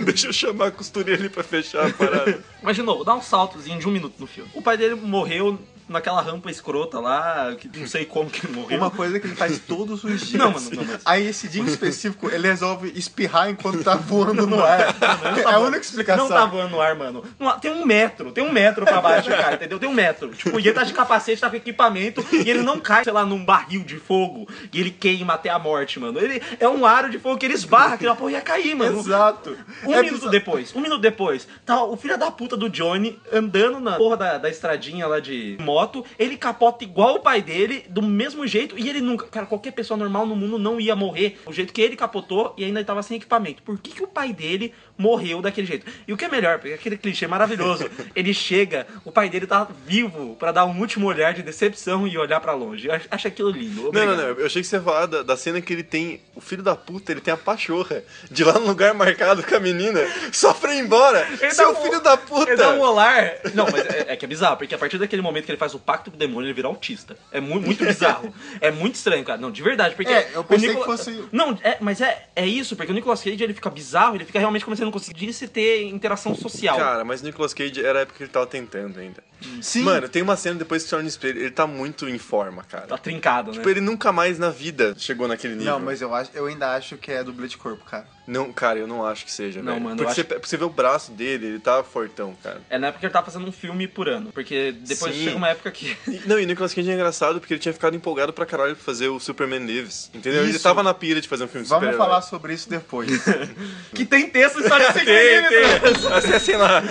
Deixa eu chamar a costureira ali pra fechar a parada.
Mas de novo, dá um saltozinho de um minuto no filme. O pai dele morreu naquela rampa escrota lá, que não sei como que ele morreu.
uma coisa que ele faz todos os dias.
Não, mano, não, mas-
Aí esse dia em específico, ele resolve espirrar enquanto tá voando no ar. (laughs) é a única explicação.
Não tá voando no ar, mano. Não há- tem um metro, tem um metro pra baixo, cara, entendeu? Tem um metro. Tipo, e ele tá de capacete, tá com equipamento, e ele não cai, sei lá, num barril de fogo, e ele queima até a morte, mano. Ele é um aro de fogo que ele esbarra, que porra ia cair, mano.
Exato.
Um
É
minuto
bizarro.
depois, um minuto depois, tá o filho da puta do Johnny andando na porra da, da estradinha lá de moto, ele capota igual o pai dele, do mesmo jeito, e ele nunca. Cara, qualquer pessoa normal no mundo não ia morrer do jeito que ele capotou e ainda tava sem equipamento. Por que, que o pai dele morreu daquele jeito? E o que é melhor, porque aquele clichê
(laughs)
maravilhoso, ele chega, o pai dele tá vivo pra dar um último olhar de decepção e olhar pra longe. Eu acho- acho aquilo lindo.
Não,
Obrigado.
não, não. Eu achei que você ia falar da, da cena que ele tem. O filho da puta, ele tem a pachorra de ir lá no lugar marcado com a menina, só pra ir embora.
Ele
Seu
dá um-
filho da
Ele dá
puta!
um olar. Não, mas é, é que é bizarro, porque a partir daquele momento que ele faz o pacto com o demônio, ele vira autista. É mu- muito, bizarro.
(laughs)
É muito estranho, cara. Não, de verdade, porque.
É, eu pensei
o Nicola-
que fosse-
Não, é, mas é, é isso, porque o Nicolas Cage ele fica bizarro, ele fica realmente como se ele não conseguisse ter interação social.
Cara, mas o Nicolas Cage era a época que ele tava tentando ainda.
Sim.
Mano, tem uma cena depois que você olha no espelho, ele tá muito em forma, cara.
tá trincado, né?
Tipo, ele nunca mais na vida chegou naquele nível.
Não, mas eu, acho, eu ainda acho que é dublê de corpo, cara.
Não, cara, eu não acho que seja,
Não,
velho.
mano, eu
Porque,
acho-
você, porque você vê o braço dele, ele tá fortão, cara.
É na época que ele tava fazendo um filme por ano. Porque depois
Sim.
chega uma época
(laughs)
que.
E- Não, e o Nicolas Cage é engraçado porque ele tinha ficado empolgado pra caralho pra fazer o Superman Lives, entendeu? Ele
Isso.
tava na pilha de fazer um filme de
Vamos
super-herói.
falar
(laughs)
sobre isso depois.
que tem texto e só de 5
Tem,
milímetros.
tem. Acessem Assim, lá.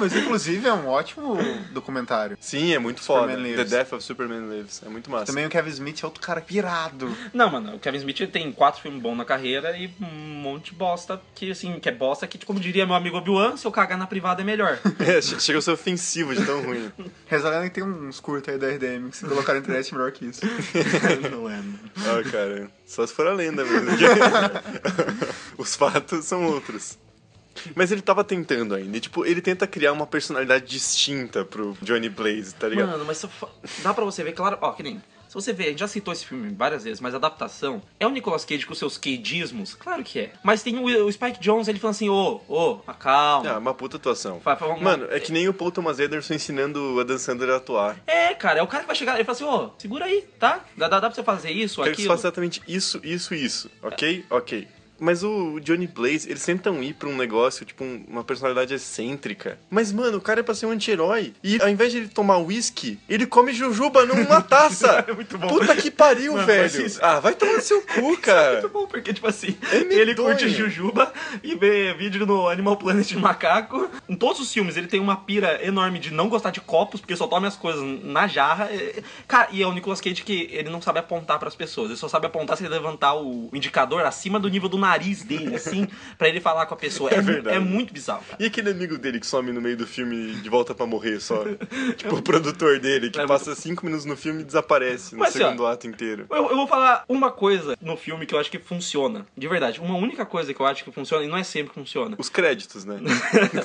Mas inclusive é um ótimo documentário.
Sim, é muito foda.
Superman
The
Lives.
Death of Superman Lives. É muito massa. (laughs)
Também o Kevin Smith é outro cara pirado.
Não, mano, o Kevin Smith ele tem quatro filmes bons na carreira e um monte de bosta que, assim, que é bosta que, como diria meu amigo Obi-Wan, se eu cagar na privada é
(laughs)
melhor.
É, che- chegou a ser ofensivo de tão
(laughs)
ruim.
Reza a lenda que tem uns curtos aí da RDM que se colocar na internet é melhor que (laughs) isso.
Não é, mano.
Ah, cara. Só se for a
(laughs)
lenda mesmo. Os fatos são outros. Mas ele tava tentando ainda. E, tipo, ele tenta criar uma personalidade distinta pro Johnny Blaze, tá ligado?
Mano, mas se eu fa- dá pra você ver, claro, ó, que nem. Se você ver, a gente já citou esse filme várias vezes, mas a adaptação é o Nicolas Cage com seus cageismos? Claro que é. Mas tem o, o Spike Jones, ele falando assim, ô, ô, acalma.
Ah, uma puta atuação.
Fa- um fa-
Mano, é que nem o Paul Thomas Anderson ensinando a Dan Sandler a atuar.
É, cara, é o cara que vai chegar e fala assim, ô, segura aí, tá? Dá, dá, dá pra você fazer isso,
Quero que você
aquilo.
faça exatamente isso, isso e isso, ok? Ok. Mas o Johnny Blaze, eles tentam ir pra um negócio, tipo, um- uma personalidade excêntrica. Mas, mano, o cara é pra ser um anti-herói. E ao invés de ele tomar uísque, ele come jujuba
(laughs)
numa taça.
É muito bom.
Puta que pariu,
Mano, mas
velho.
isso-
Ah, vai tomar
(laughs)
no seu cu, cara.
Muito bom, porque, tipo assim,
É
ele,
medonho.
curte Jujuba e vê vídeo no Animal Planet de macaco. Em todos os filmes, ele tem uma pira enorme de não gostar de copos, porque só toma as coisas na jarra. É- Cara, e é o Nicolas Cage que ele não sabe apontar pras pessoas, ele só sabe apontar se ele levantar o indicador acima do nível do nariz dele, assim, pra ele falar com a pessoa. É,
É
mu-
verdade.
é muito bizarro, cara.
E aquele amigo dele que some no meio do filme de volta pra
(laughs)
morrer só? tipo, o produtor dele, que
É muito-
passa cinco minutos no filme e desaparece no
Mas, ó,
segundo ato inteiro.
Eu, eu vou falar uma coisa no filme que eu acho que funciona, de verdade. Uma única coisa que eu acho que funciona, e não é sempre que funciona.
(laughs) Os créditos, né?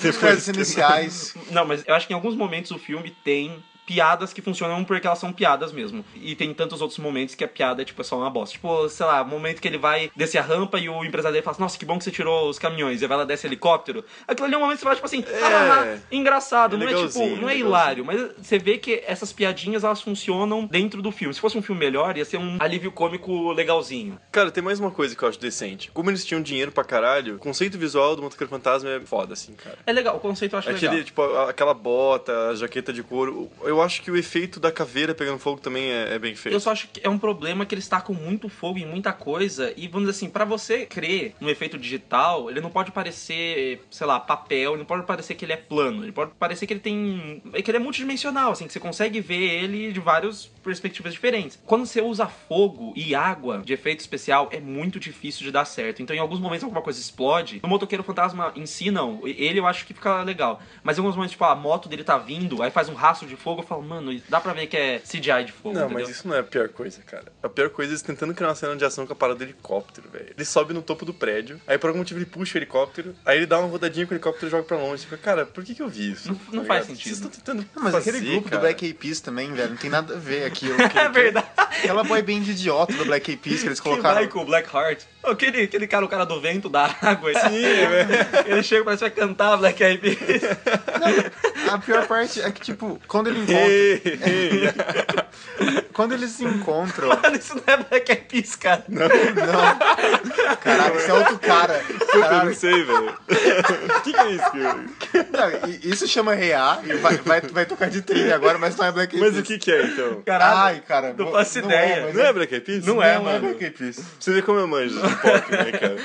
Os créditos iniciais.
Não, mas eu acho que em alguns momentos o filme tem piadas que funcionam porque elas são piadas mesmo. E tem tantos outros momentos que a piada é, tipo, é só uma bosta. Tipo, sei lá, momento que ele vai descer a rampa e o empresário dele fala assim, nossa, que bom que você tirou os caminhões. E vai lá, desce helicóptero. Aquilo ali é um momento que você fala, tipo assim, ah, engraçado.
É
não é, tipo,
legalzinho,
não é
legalzinho.
hilário, mas você vê que essas piadinhas, elas funcionam dentro do filme. Se fosse um filme melhor, ia ser um alívio cômico legalzinho.
Cara, tem mais uma coisa que eu acho decente. Como eles tinham dinheiro pra caralho, o conceito visual do Motoqueiro Fantasma é foda, assim, cara.
É legal, o conceito eu acho
Aquele,
legal.
tipo, a- aquela bota, a jaqueta de couro. Eu acho que o efeito da caveira pegando fogo também é, é bem feito.
Eu só acho que é um problema que eles tacam muito fogo em muita coisa. E vamos dizer assim, pra você crer no efeito digital, ele não pode parecer, sei lá, papel, ele não pode parecer que ele é plano, ele pode parecer que ele tem. é que ele é multidimensional, assim, que você consegue ver ele de várias perspectivas diferentes. Quando você usa fogo e água de efeito especial, é muito difícil de dar certo. Então, em alguns momentos, alguma coisa explode. No motoqueiro fantasma em si, não. Ele eu acho que fica legal. Mas em alguns momentos, tipo, a moto dele tá vindo, aí faz um rastro de fogo, eu falo, mano, dá pra ver que é CGI de fogo.
Não,
entendeu?
mas isso não é a pior coisa, cara. A pior coisa é eles tentando criar uma cena de ação com a parada do helicóptero, velho. Ele sobe no topo do prédio, aí por algum motivo ele puxa o helicóptero, aí ele dá uma rodadinha com o helicóptero e joga pra longe. Você Fica, cara, por que, que eu vi isso?
Não-
Tá
não faz
ligado?
sentido.
Vocês estão tentando.
Não, mas
fazer,
aquele grupo
cara.
do Black Eyed Peas também, velho, não tem nada a ver aquilo. (laughs)
É verdade.
Aquela boy band idiota do Black Eyed Peas que eles colocaram.
Michael Blackheart. Aquele, aquele cara, o cara do vento, da água. Sim,
(laughs)
Ele chega e parece que vai cantar Black Eyed Peas. (laughs)
A pior parte é que, tipo, quando (laughs) ele encontra,
Ei, ei,
quando eles se encontram,
Mano, isso não é Black Eyed Peas, cara.
não. Caralho, esse é outro cara.
eu
Caralho.
não sei, velho. O que, que é isso, cara?
Não, e- isso chama reá e vai, vai, vai tocar de trilha agora, mas não é Black Eyed
Mas o
Peas.
que, que é então?
Caralho.
Ai, cara.
não
mo-
faço ideia.
mas
Não é Black Eyed Peas?
Não é,
não
mano.
Black Eyed Peas.
Você vê como eu manjo de pop, (laughs) né, cara?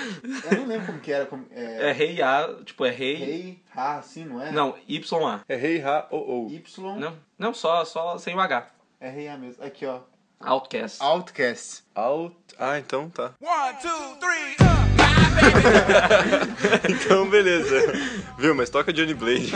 Eu não lembro como que era. Como, é,
É rei A, tipo, é rei...
Rei, Ra, assim, não é?
Não, YA.
É Hey Ha Oh Oh.
Y,
Não, não só, só sem o H.
é rei A mesmo. Aqui, ó.
Outcast.
Outcast.
Out. Ah, então tá. (laughs)
One, two, three, uh.
Então, beleza. Viu, mas toca Johnny (laughs) Blade.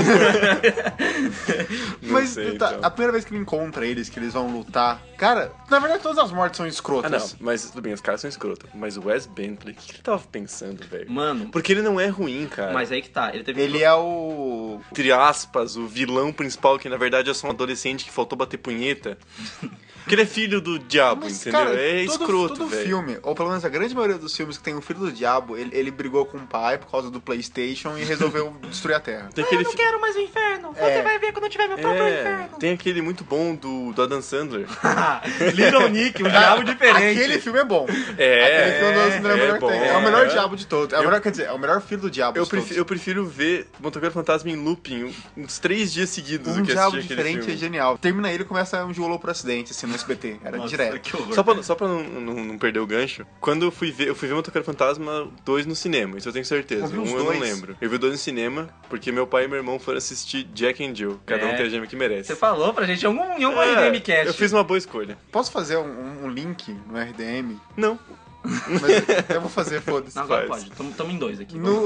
Não
Mas
sei,
tá,
então.
a primeira vez que ele encontra eles, que eles vão lutar. Cara, na verdade todas as mortes são
Ah, não,
escrotas.
mas tudo bem, os caras são escroto. Mas o Wes Bentley, o que que ele tava pensando, velho?
(laughs) Mano,
Porque ele não é ruim, cara.
mas aí que tá. Ele teve...
Ele é o.
Entre aspas, o vilão principal, que na verdade é só um adolescente que faltou bater punheta. (laughs) Porque ele é filho do diabo,
Mas,
entendeu?
cara,
é
todo,
escroto,
todo
velho.
filme, ou pelo menos a grande maioria dos filmes que tem o filho do diabo, ele, ele brigou com o pai por causa do Playstation e
(laughs)
resolveu destruir a Terra.
Tem é aquele,
Ah, Eu não
fi-
quero mais o inferno. Você vai ver quando eu tiver meu próprio
é,
inferno.
tem aquele muito bom do, do Adam Sandler.
(laughs) Little Nick, um diabo diferente.
Aquele filme é bom. Aquele filme do
(laughs) É,
Adam Sandler é, o melhor que
bom,
tem. É o melhor
é.
diabo de todos. É o melhor, quer dizer, é o melhor filho do diabo
Eu
de todos.
prefiro, eu prefiro ver Motoqueiro Fantasma em looping um, uns três dias seguidos
Um
do que
diabo
assistir aquele
diferente é
filme.
genial. Termina ele e começa um jogo por acidente, assim, no SBT. Era
Nossa,
direto.
que horror.
Só pra, só pra não, não- não perder o gancho, quando eu fui ver, eu fui ver Motoqueiro Fantasma 2 no cinema, isso eu tenho certeza.
Eu vi
um
os
eu
dois.
não lembro. Eu vi dois no cinema, porque meu pai e meu irmão foram assistir Jack and Jill, cada
É.
um tem a gema que merece.
Você falou pra gente em algum, em algum
É,
MCast.
eu fiz uma boa escolha.
Posso fazer um, um link no RDM?
Não.
Mas eu (laughs) vou fazer, foda-se.
Não, agora
faz.
pode. Tamo, tamo em dois aqui.
No,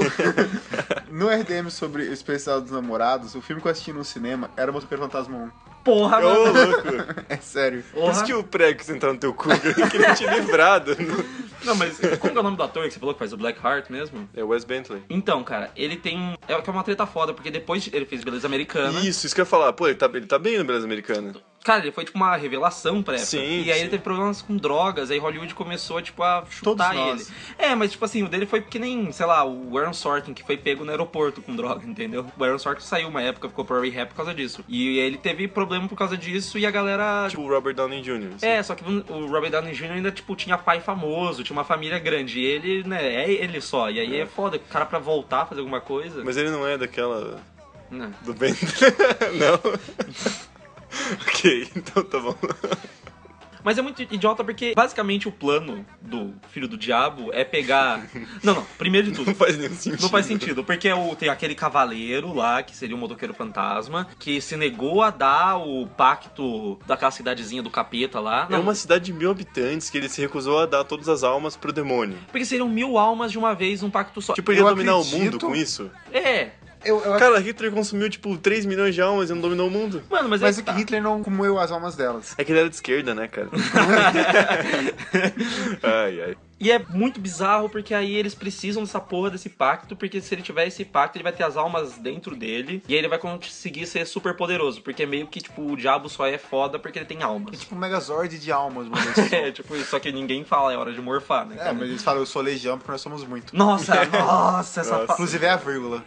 (laughs) no RDM sobre o especial dos namorados, o filme que eu assisti no cinema era Motoqueiro Fantasma
Porra,
Ô,
mano.
louco!
1. (laughs) É sério.
Por isso
Porra.
que o prego que você entrar no teu cu, (laughs) eu queria te livrado.
Não, mas como que é o nome do ator que você falou que faz o Blackheart mesmo?
É o Wes Bentley.
Então, cara, ele tem. um- É que é uma treta foda, porque depois ele fez Beleza Americana.
Isso, isso que eu ia falar. Pô, ele tá, ele tá bem no Brasil Americana.
Cara, ele foi tipo uma revelação pra época.
Sim,
e aí
sim.
ele teve problemas com drogas, aí Hollywood começou, tipo, a
Todos
chutar
nós.
ele. É, mas tipo assim, o dele foi que nem, sei lá, o Aaron Sorkin, que foi pego no aeroporto com droga, entendeu? O Aaron Sorkin saiu uma época, ficou pro rehab por causa disso. E ele teve problema por causa disso e a galera.
Tipo o Robert Downey Jr. assim.
É, só que o Robert Downey Jr. ainda, tipo, tinha pai famoso, tinha uma família grande. E ele, né, é ele só. E aí é, foda, o cara pra voltar a fazer alguma coisa.
Mas ele não é daquela
Né.
do Bentley. (laughs) não. ok, então tá bom.
Mas é muito idiota porque, basicamente, o plano do filho do diabo é
(laughs)
pegar. não, não, primeiro de tudo.
Não faz nenhum sentido.
Não faz sentido, porque é o, tem aquele cavaleiro lá, que seria o motoqueiro fantasma, que se negou a dar o pacto daquela cidadezinha do capeta lá.
É
Não,
uma cidade de mil habitantes que ele se recusou a dar todas as almas pro demônio.
Porque seriam mil almas de uma vez num pacto só.
Tipo, ele ia
Eu
dominar o
acredito.
mundo com isso?
é.
Eu, eu-
Cara, Hitler consumiu, tipo, 3 milhões de almas e não dominou o mundo.
Mano, mas,
mas
aí
é que
tá.
Hitler não comeu as almas delas.
É que ele era de esquerda, né, cara? (laughs) ai, ai.
E é muito bizarro porque aí eles precisam dessa porra desse pacto, porque se ele tiver esse pacto, ele vai ter as almas dentro dele e aí ele vai conseguir ser super poderoso, porque meio que tipo o diabo só é foda porque ele tem
É
(laughs) almas.
tipo um megazord de almas, (laughs) mano.
É, tipo, isso só que ninguém fala, é hora de morfar, né?
é, mas eles falam, eu sou legião porque nós somos muito.
Nossa, nossa, essa
Nossa.
fa-
Inclusive é a vírgula.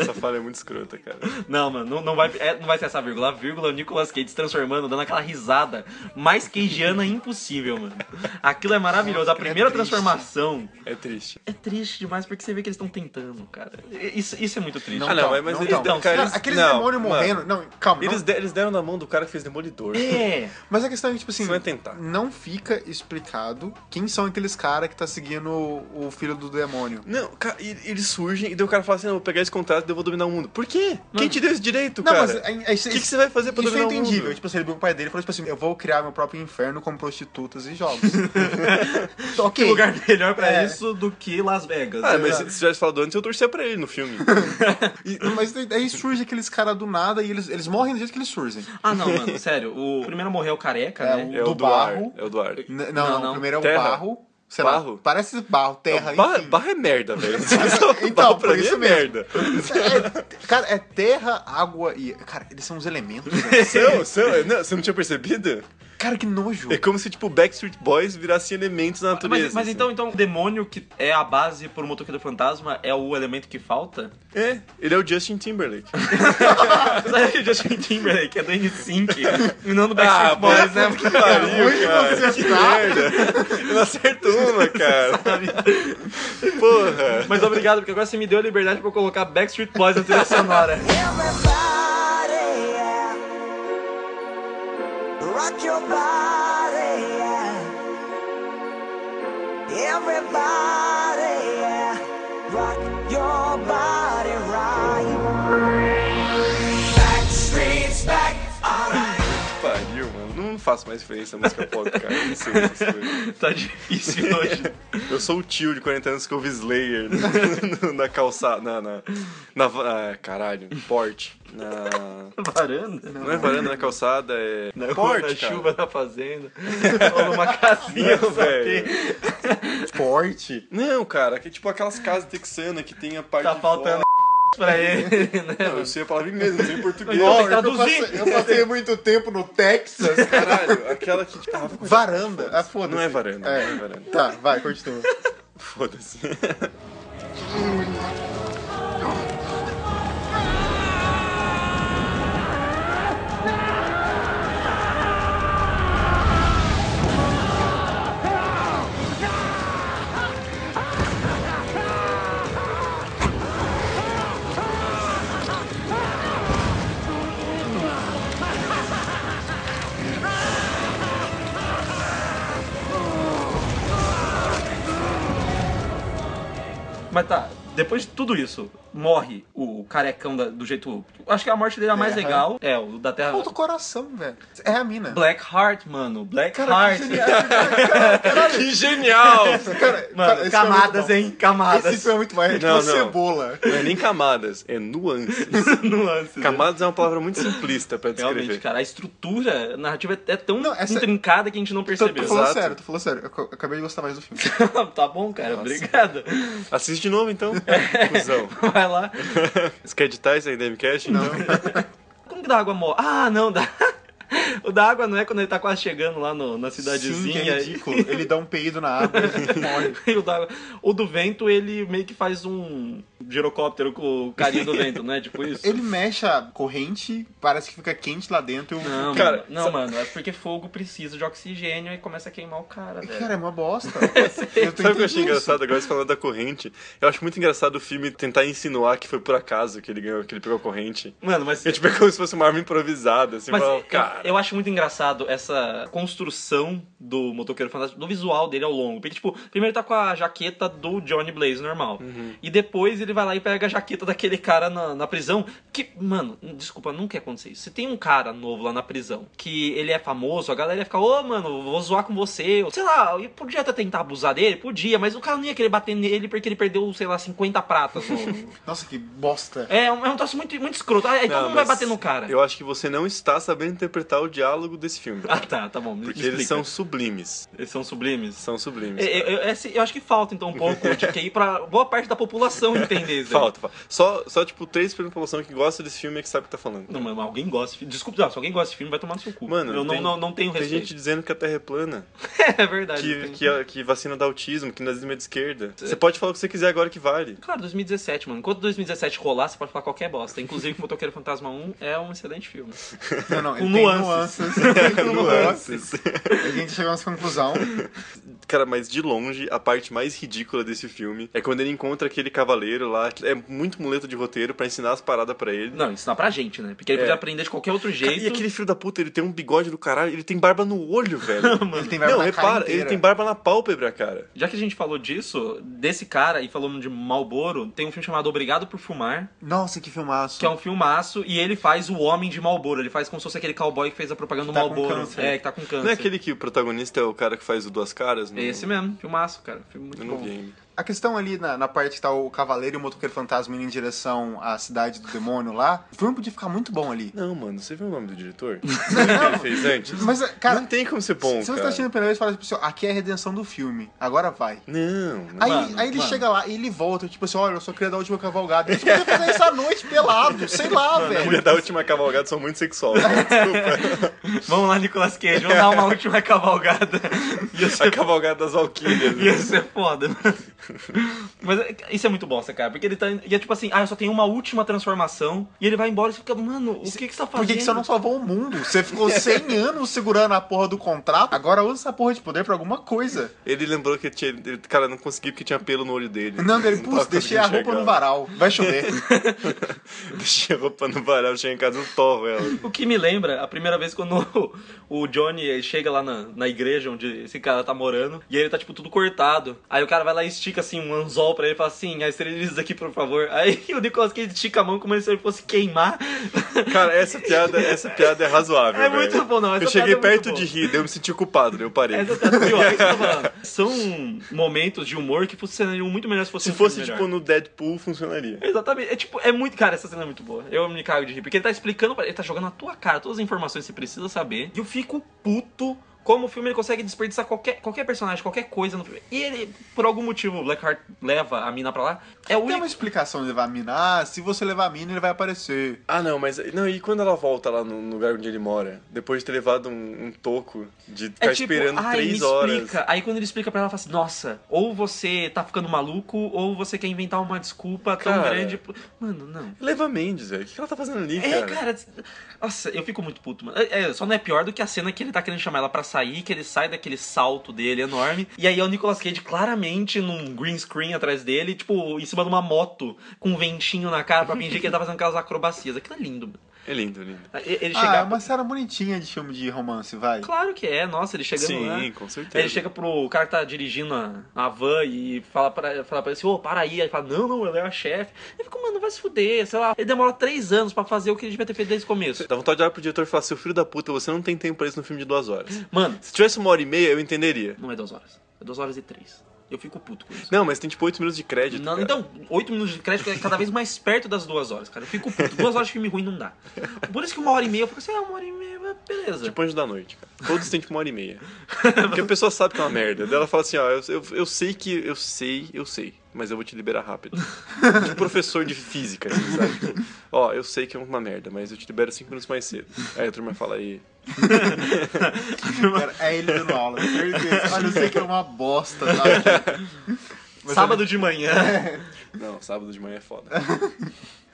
Essa falha é muito escrota, cara.
Não, mano, não, não vai, é, não vai ser essa vírgula. A vírgula é o Nicolas Cage se transformando, dando aquela risada mais cageana impossível, mano. Aquilo é maravilhoso. A primeira
triste.
transformação
É triste.
é triste demais porque você vê que eles estão tentando, cara. E- Isso, isso é muito triste.
Ah, não,
tão,
mas- mas eles
tão.
dão, cara,
Cara,
eles-
aqueles
não,
demônios
mano.
morrendo. Não, calma. não-
Eles, de- eles deram na mão do cara que fez Demolidor.
É,
mas a questão é que, tipo assim,
Isso não é tentar.
não fica explicado quem são aqueles caras que tá seguindo o, o filho do demônio.
Não, cara, e- eles surgem e daí o cara fala assim: não, eu vou pegar esse contrato e eu vou dominar o mundo. Por quê? Quem te deu esse direito,
Não,
cara?
mas aí- aí-
O que, que você vai fazer pra
Isso é
dominar o
entendível.
mundo?
Tipo, assim, ele viu o pai dele e falou, tipo assim, eu vou criar meu próprio inferno com prostitutas e jogos.
(laughs)
que (laughs)
ok.
lugar melhor pra
É.
isso do que Las Vegas.
Ah,
né?
mas se se tivesse falado antes, eu torcia pra ele no (laughs) filme.
E- mas aí surge aqueles caras do nada e eles, eles morrem do jeito que eles surgem.
Ah, não, mano, sério. (laughs) O primeiro a morrer é o careca,
É,
né?
É o
Do
Duarte.
barro.
É o Duarte.
N-
Não,
não, não,
não.
O primeiro é o
Terra.
barro. Sei
Barro?
Lá, parece barro, terra,
Barra,
enfim.
barra é merda, velho.
Então,
barra pra
por
mim
isso
é
mesmo.
merda.
(laughs) É- cara, é terra, água e. Cara, eles são os elementos. né?
São, são, é, não, você não tinha percebido?
Cara, que nojo.
(laughs) É como se, tipo, Backstreet Boys virassem elementos da natureza.
Mas, mas
assim.
então, então, o demônio que é a base pro motoqueiro fantasma é o elemento que falta? (laughs)
É, ele é o Justin Timberlake.
Sabe o Justin Timberlake é do N5 e (laughs) não do Backstreet Boys, né? (laughs)
Que pariu, cara. Que merda. Eu não acerto uma, cara. Porra.
Mas obrigado, porque agora você me deu a liberdade pra eu colocar Backstreet Boys na trilha sonora.
Everybody, yeah. Rock your body, yeah. Everybody, yeah. Rock your body right. Back streets back, alright.
Que pariu, mano. Não faço mais referência à música pop, cara. Não sei essas coisas.
(laughs) tá difícil hoje.
Eu sou o tio de 40 anos que ouve Slayer no- na calçada. Na. na, na va- ah, caralho, porte. Na.
(laughs) Varanda? né?
Não é varanda na calçada, é.
Na,
porte,
na
cara.
chuva na (laughs) fazenda. ou numa casinha,
Não,
velho.
Forte.
Não, cara, que é tipo aquelas casas texanas que tem a parte.
Tá
de
faltando
fora.
pra ele, né? (laughs)
Não, eu sei a palavra em inglês, não (laughs) sei em português.
Então, tem que
Eu
traduzir.
passei, eu passei muito tempo no Texas.
Caralho, aquela que. tipo, Ah, vou cortar.
Varanda. Ah, foda-se.
Não é varanda,
É.
não é varanda.
Tá, vai, continua.
Foda-se.
Mas tá, depois de tudo isso, morre o carecão da- do jeito. Acho que a morte dele é a mais
Terra.
legal. É, o da Terra.
Falta o coração, velho. É a mina.
Blackheart, mano.
Cara,
Blackheart.
que genial, cara, caralho.
Que genial!
Cara, cara,
(laughs) Mano,
esse foi muito
camadas,
bom.
hein? Camadas.
Esse filme é muito mais. É tipo
Não,
uma
não.
cebola.
Não é nem camadas, é nuances.
(laughs) nuances. né?
Camadas é uma palavra muito simplista pra descrever.
Realmente, cara, a estrutura a narrativa é tão
Não, essa-
intrincada que a gente não
é
Tô, tô
percebeu.
falando
Exato.
sério, tô falando sério. Eu ac- acabei de gostar mais do filme.
(laughs) tá bom, cara, obrigado.
Assiste de novo, então.
É.
Cusão.
Vai lá.
Você quer editar isso aí, Damecast? Não.
Como que dá água morre? Ah, não, dá. (laughs) O da água não é quando ele tá quase chegando lá no- na
Sim,
cidadezinha.
é ridículo. Ele dá um peido na água e
(laughs)
morre.
E o, da- tá- o do vento, ele meio que faz um girocóptero com o carinha do vento, não é? Tipo isso?
Ele mexe a corrente, parece que fica quente lá dentro. e o-
Não,
Cara,
mano, não
sa-
mano, é porque fogo precisa de oxigênio e começa a queimar o cara, velho.
Cara, é uma bosta. Eu tô
Sabe o que eu achei
entendendo isso.
engraçado agora, você falando da corrente? Eu acho muito engraçado o filme tentar insinuar que foi por acaso que ele ganhou, que ele pegou a corrente.
Mano, mas...
E tipo, é como se fosse uma arma improvisada, assim,
Mas é,
fala,
eu-
cara.
eu acho muito engraçado essa construção do motoqueiro fantástico, do visual dele ao longo. Porque, tipo, primeiro tá com a jaqueta do Johnny Blaze normal.
Uhum.
E depois ele vai lá e pega a jaqueta daquele cara na, na prisão. Que, mano, desculpa, nunca ia acontecer isso. Se tem um cara novo lá na prisão que ele é famoso, a galera ia ficar, ô, mano, vou zoar com você. Ou, Sei lá, eu podia até tentar abusar dele, podia, mas o cara não ia querer bater nele porque ele perdeu, sei lá, 50 pratas.
(laughs)
no-
Nossa, que bosta.
é, um- é um troço muito, muito escroto. Ah, então não, vai
mas
bater no cara.
Eu acho que você não está sabendo interpretar o diálogo desse filme.
Ah, tá, tá bom. me
Porque
explica. É,
eles são sublimes.
Eles são sublimes.
São sublimes.
Eu, eu- esse- eu acho que falta, então, um pouco de QI pra boa parte da população (laughs) entender né? isso. aí.
Falta, falta. Só, só, tipo, três pessoas da população que gosta desse filme é que sabe o que tá falando.
Não, mas alguém gosta. de filme. Desculpa, ah, se alguém gosta de filme, vai tomar no seu cu.
Mano,
eu
tem-
não, não, não tenho
Tem
respeito.
gente dizendo que a Terra é plana,
(laughs) é verdade. eu
que,
tenho-
que, que vacina dá autismo, que nazismo é de esquerda. Você pode falar o que você quiser agora
(laughs)
que vale.
Claro, 2017, mano. Enquanto 2017 rolar, você pode falar qualquer bosta. Inclusive, o Motoqueiro Fantasma 1 é um excelente filme.
Não, não, ele
Com
tem
nuances.
nuances. ele tem
é.
nuances.
(laughs) Nuances.
A gente chegou nessa conclusão.
Cara, mas de longe, a parte mais ridícula desse filme é quando ele encontra aquele cavaleiro lá, que é muito muleta de roteiro pra ensinar as paradas pra ele.
Não, ensinar pra gente, né? Porque ele
É.
podia aprender de qualquer outro
Cara,
jeito.
E aquele filho da puta, ele tem um bigode do caralho, ele tem barba no olho, velho.
Ele tem barba
Não,
na cara
repara,
inteira.
ele tem barba na pálpebra, cara.
Já que a gente falou disso, desse cara, e falamos de Malboro, tem um filme chamado Obrigado por Fumar,
Nossa, que filmaço.
que é um filmaço, e ele faz o homem de Malboro. Ele faz como se fosse aquele cowboy que fez a propaganda do
Que tá com
Malboro.
câncer.
É, que tá com câncer.
Não é aquele que o protagonista é o cara que faz o Duas Caras? Não?
É esse mesmo, filmaço, cara. Filme muito
Eu não
bom.
vi ainda.
A questão ali na, na parte que tá o cavaleiro e o motoqueiro fantasma indo em direção à cidade do demônio lá, o filme podia ficar muito bom ali.
Não, mano, você viu o nome
(laughs)
do diretor? Você viu o que ele fez antes?
Mas, eh, cara,
não tem como ser bom,
se você
cara.
tá assistindo pela vez, fala tipo assim, ó, aqui é a redenção do filme, agora vai.
Não, não.
Aí,
Mano,
aí ele
mano.
chega lá e ele volta, tipo assim, olha, eu sou criador da última cavalgada. Ele podia fazer isso à noite,
(laughs)
pelado, sei lá,
A
velho.
mulher da última cavalgada são muito sexual.
(laughs)
Desculpa.
Vamos lá, Nicolas Cage, vamos dar uma (laughs)
(laughs)
última cavalgada. Ia
A
ser,
cavalgada das Valkyrias.
ia ser foda. né? Mas é- isso é muito bosta, cara. Porque ele tá. E é tipo assim, ah, eu só tenho uma última transformação. E ele vai embora e você fica, mano, o que, que você tá
Por
fazendo?
que, que você não salvou o mundo? Você ficou
(laughs)
100 anos segurando a porra do contrato, agora usa essa porra de poder pra alguma coisa.
Ele lembrou que tinha. ele- cara, não consegui porque tinha pelo no olho dele. (laughs)
Não, ele,
tava
putz, deixei a
conseguindo
roupa no
enxergar.
varal, vai chover.
Deixei a roupa no varal, cheguei em casa eu torro ela.
O que me lembra a primeira vez quando (laughs) o o Johnny chega lá na, na igreja onde esse cara tá morando e ele tá tipo tudo cortado. Aí o cara vai lá e estica assim um anzol pra ele e fala assim: ah, esteriliza isso aqui, por favor. (laughs) Aí o Nicolas Cage estica a mão como se ele fosse queimar. (laughs)
Cara, essa piada, essa piada é razoável.
É
velho.
muito bom, não, essa
Eu cheguei
piada é muito
perto
boa.
de rir, daí eu me senti culpado, daí eu parei.
Essa tá do Will, é isso que eu tô falando. São momentos de humor que funcionariam muito melhor se fosse
Se
um
fosse,
filme
tipo,
melhor.
no Deadpool, funcionaria.
Exatamente. É tipo, é muito. Cara, essa cena é muito boa. Eu me cago de rir. Porque ele tá explicando, pra- ele tá jogando na tua cara todas as informações que você precisa saber. E eu fico puto. Como o filme ele consegue desperdiçar qualquer, qualquer personagem, qualquer coisa no filme. E ele, por algum motivo, o Blackheart leva a mina pra lá. É
(laughs)
o
Tem uma
único.
explicação de levar a mina. Ah, se você levar a mina, ele vai aparecer.
Ah, não, mas. Não, e quando ela volta lá no no lugar onde ele mora? Depois de ter levado um, um toco, de
É
ficar esperando
"Ai,
três
me
horas.
Explica. Aí quando ele explica pra ela, ela fala assim: Nossa, ou você tá ficando maluco, ou você quer inventar uma desculpa tão
Cara.
grande. pro-" Mano, não.
Leva Mendes, velho. O que ela tá fazendo ali,
É, cara. Nossa, eu fico muito puto, mano. É, é, só não é pior do que a cena que ele tá querendo chamar ela pra sair, que ele sai daquele salto dele enorme. E aí é o Nicolas Cage claramente num green screen atrás dele, tipo, em cima de uma moto, com um ventinho na cara pra fingir que ele tá fazendo aquelas acrobacias. Aquilo é lindo, mano.
É lindo, lindo.
Ele ele
Ah, é
chegar.
uma série bonitinha de filme de romance, vai.
Claro que é, nossa, ele chegando
Sim,
lá.
com certeza.
Ele chega pro cara que tá dirigindo a, a van e fala pra, fala pra ele assim, ô, para aí. Aí ele fala, não, não, ela é a chefe. Ele fica, mano, vai se fuder, sei lá. Ele demora três anos pra fazer o que ele devia ter feito desde o começo.
Dá vontade de olhar pro diretor e falar, seu filho da puta, você não tem tempo pra isso no filme de duas horas.
Mano,
Se tivesse uma hora e meia, eu entenderia.
Não é duas horas. É duas horas e três. Eu fico puto com isso.
Não, mas tem tipo oito minutos de crédito.
Não,
cara.
então, oito minutos de crédito é cada vez mais perto das duas horas, cara. Eu fico puto. Duas horas de filme ruim não dá. Por isso que uma hora e meia eu fico assim, ah, uma hora e meia, mas beleza.
Tipo anjo da noite, cara. Todos têm tipo uma hora
(laughs)
e meia. Porque a pessoa sabe que é uma merda. Daí ela fala assim, ó, eu, eu, eu sei que. Eu sei, eu sei, mas eu vou te liberar rápido.
(laughs)
Tipo professor de física, assim, sabe? Ó, eu sei que é uma merda, mas eu te libero cinco minutos mais cedo. Aí a turma fala aí.
Cara, é ele dando aula, certeza. Olha, eu sei que é uma bosta, tá?
Sábado de manhã.
Não, sábado de manhã é foda.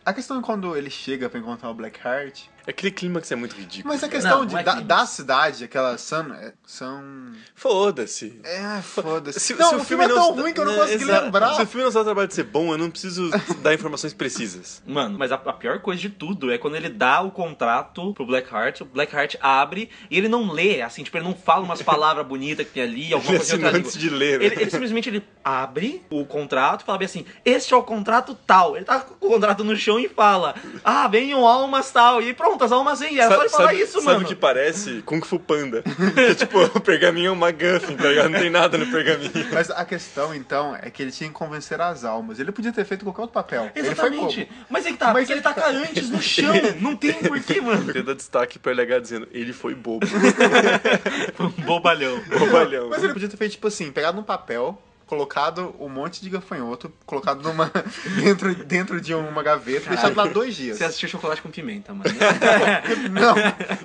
A questão é quando ele chega pra encontrar o Blackheart.
Aquele clímax é muito ridículo.
Mas a questão
Não,
de,
não é
da,
clímax.
da cidade, aquela Sun. é- São.
Foda-se.
É, foda-se.
Se-
não,
se
o filme, é tão
se-
ruim que eu não
né,
consegui
exato.
lembrar.
Se o filme não dá trabalho de ser bom, eu não preciso dar informações precisas.
Mano, mas a, a pior coisa de tudo é quando ele dá o contrato pro Blackheart, o Blackheart abre e ele não lê, assim, tipo, ele não fala umas palavras bonitas que tem ali, alguma
Ele
coisa em outra
assinou antes
língua.
de ler, né?
Ele, ele simplesmente ele abre o contrato e fala bem assim: Este é o contrato tal. Ele tá com o contrato no chão e fala: Ah, venham almas tal. E pronto, prontas, arruma assim. Era só ele falar
sabe,
isso,
sabe
mano. tipo,
o que parece? Kung Fu Panda. (laughs) Que, tipo, o pergaminho é uma guffin, tá ligado? Não tem nada no (laughs) pergaminho.
Mas a questão, então, é que ele tinha que convencer as almas. Ele podia ter feito qualquer outro papel. Ele foi
Exatamente.
como?
Mas é que tá,
Mas
porque
ele
ele taca antes no chão. Não tem um porquê, mano.
Eu queria dar destaque pra LH dizendo, ele foi (laughs) bobo,
Um bobalhão.
bobalhão.
Mas ele podia ter feito, tipo assim, pegado um papel, colocado um monte de gafanhoto, colocado numa (laughs) dentro, dentro de uma gaveta, deixado lá dois dias.
Você assistiu chocolate com pimenta, mano.
Não,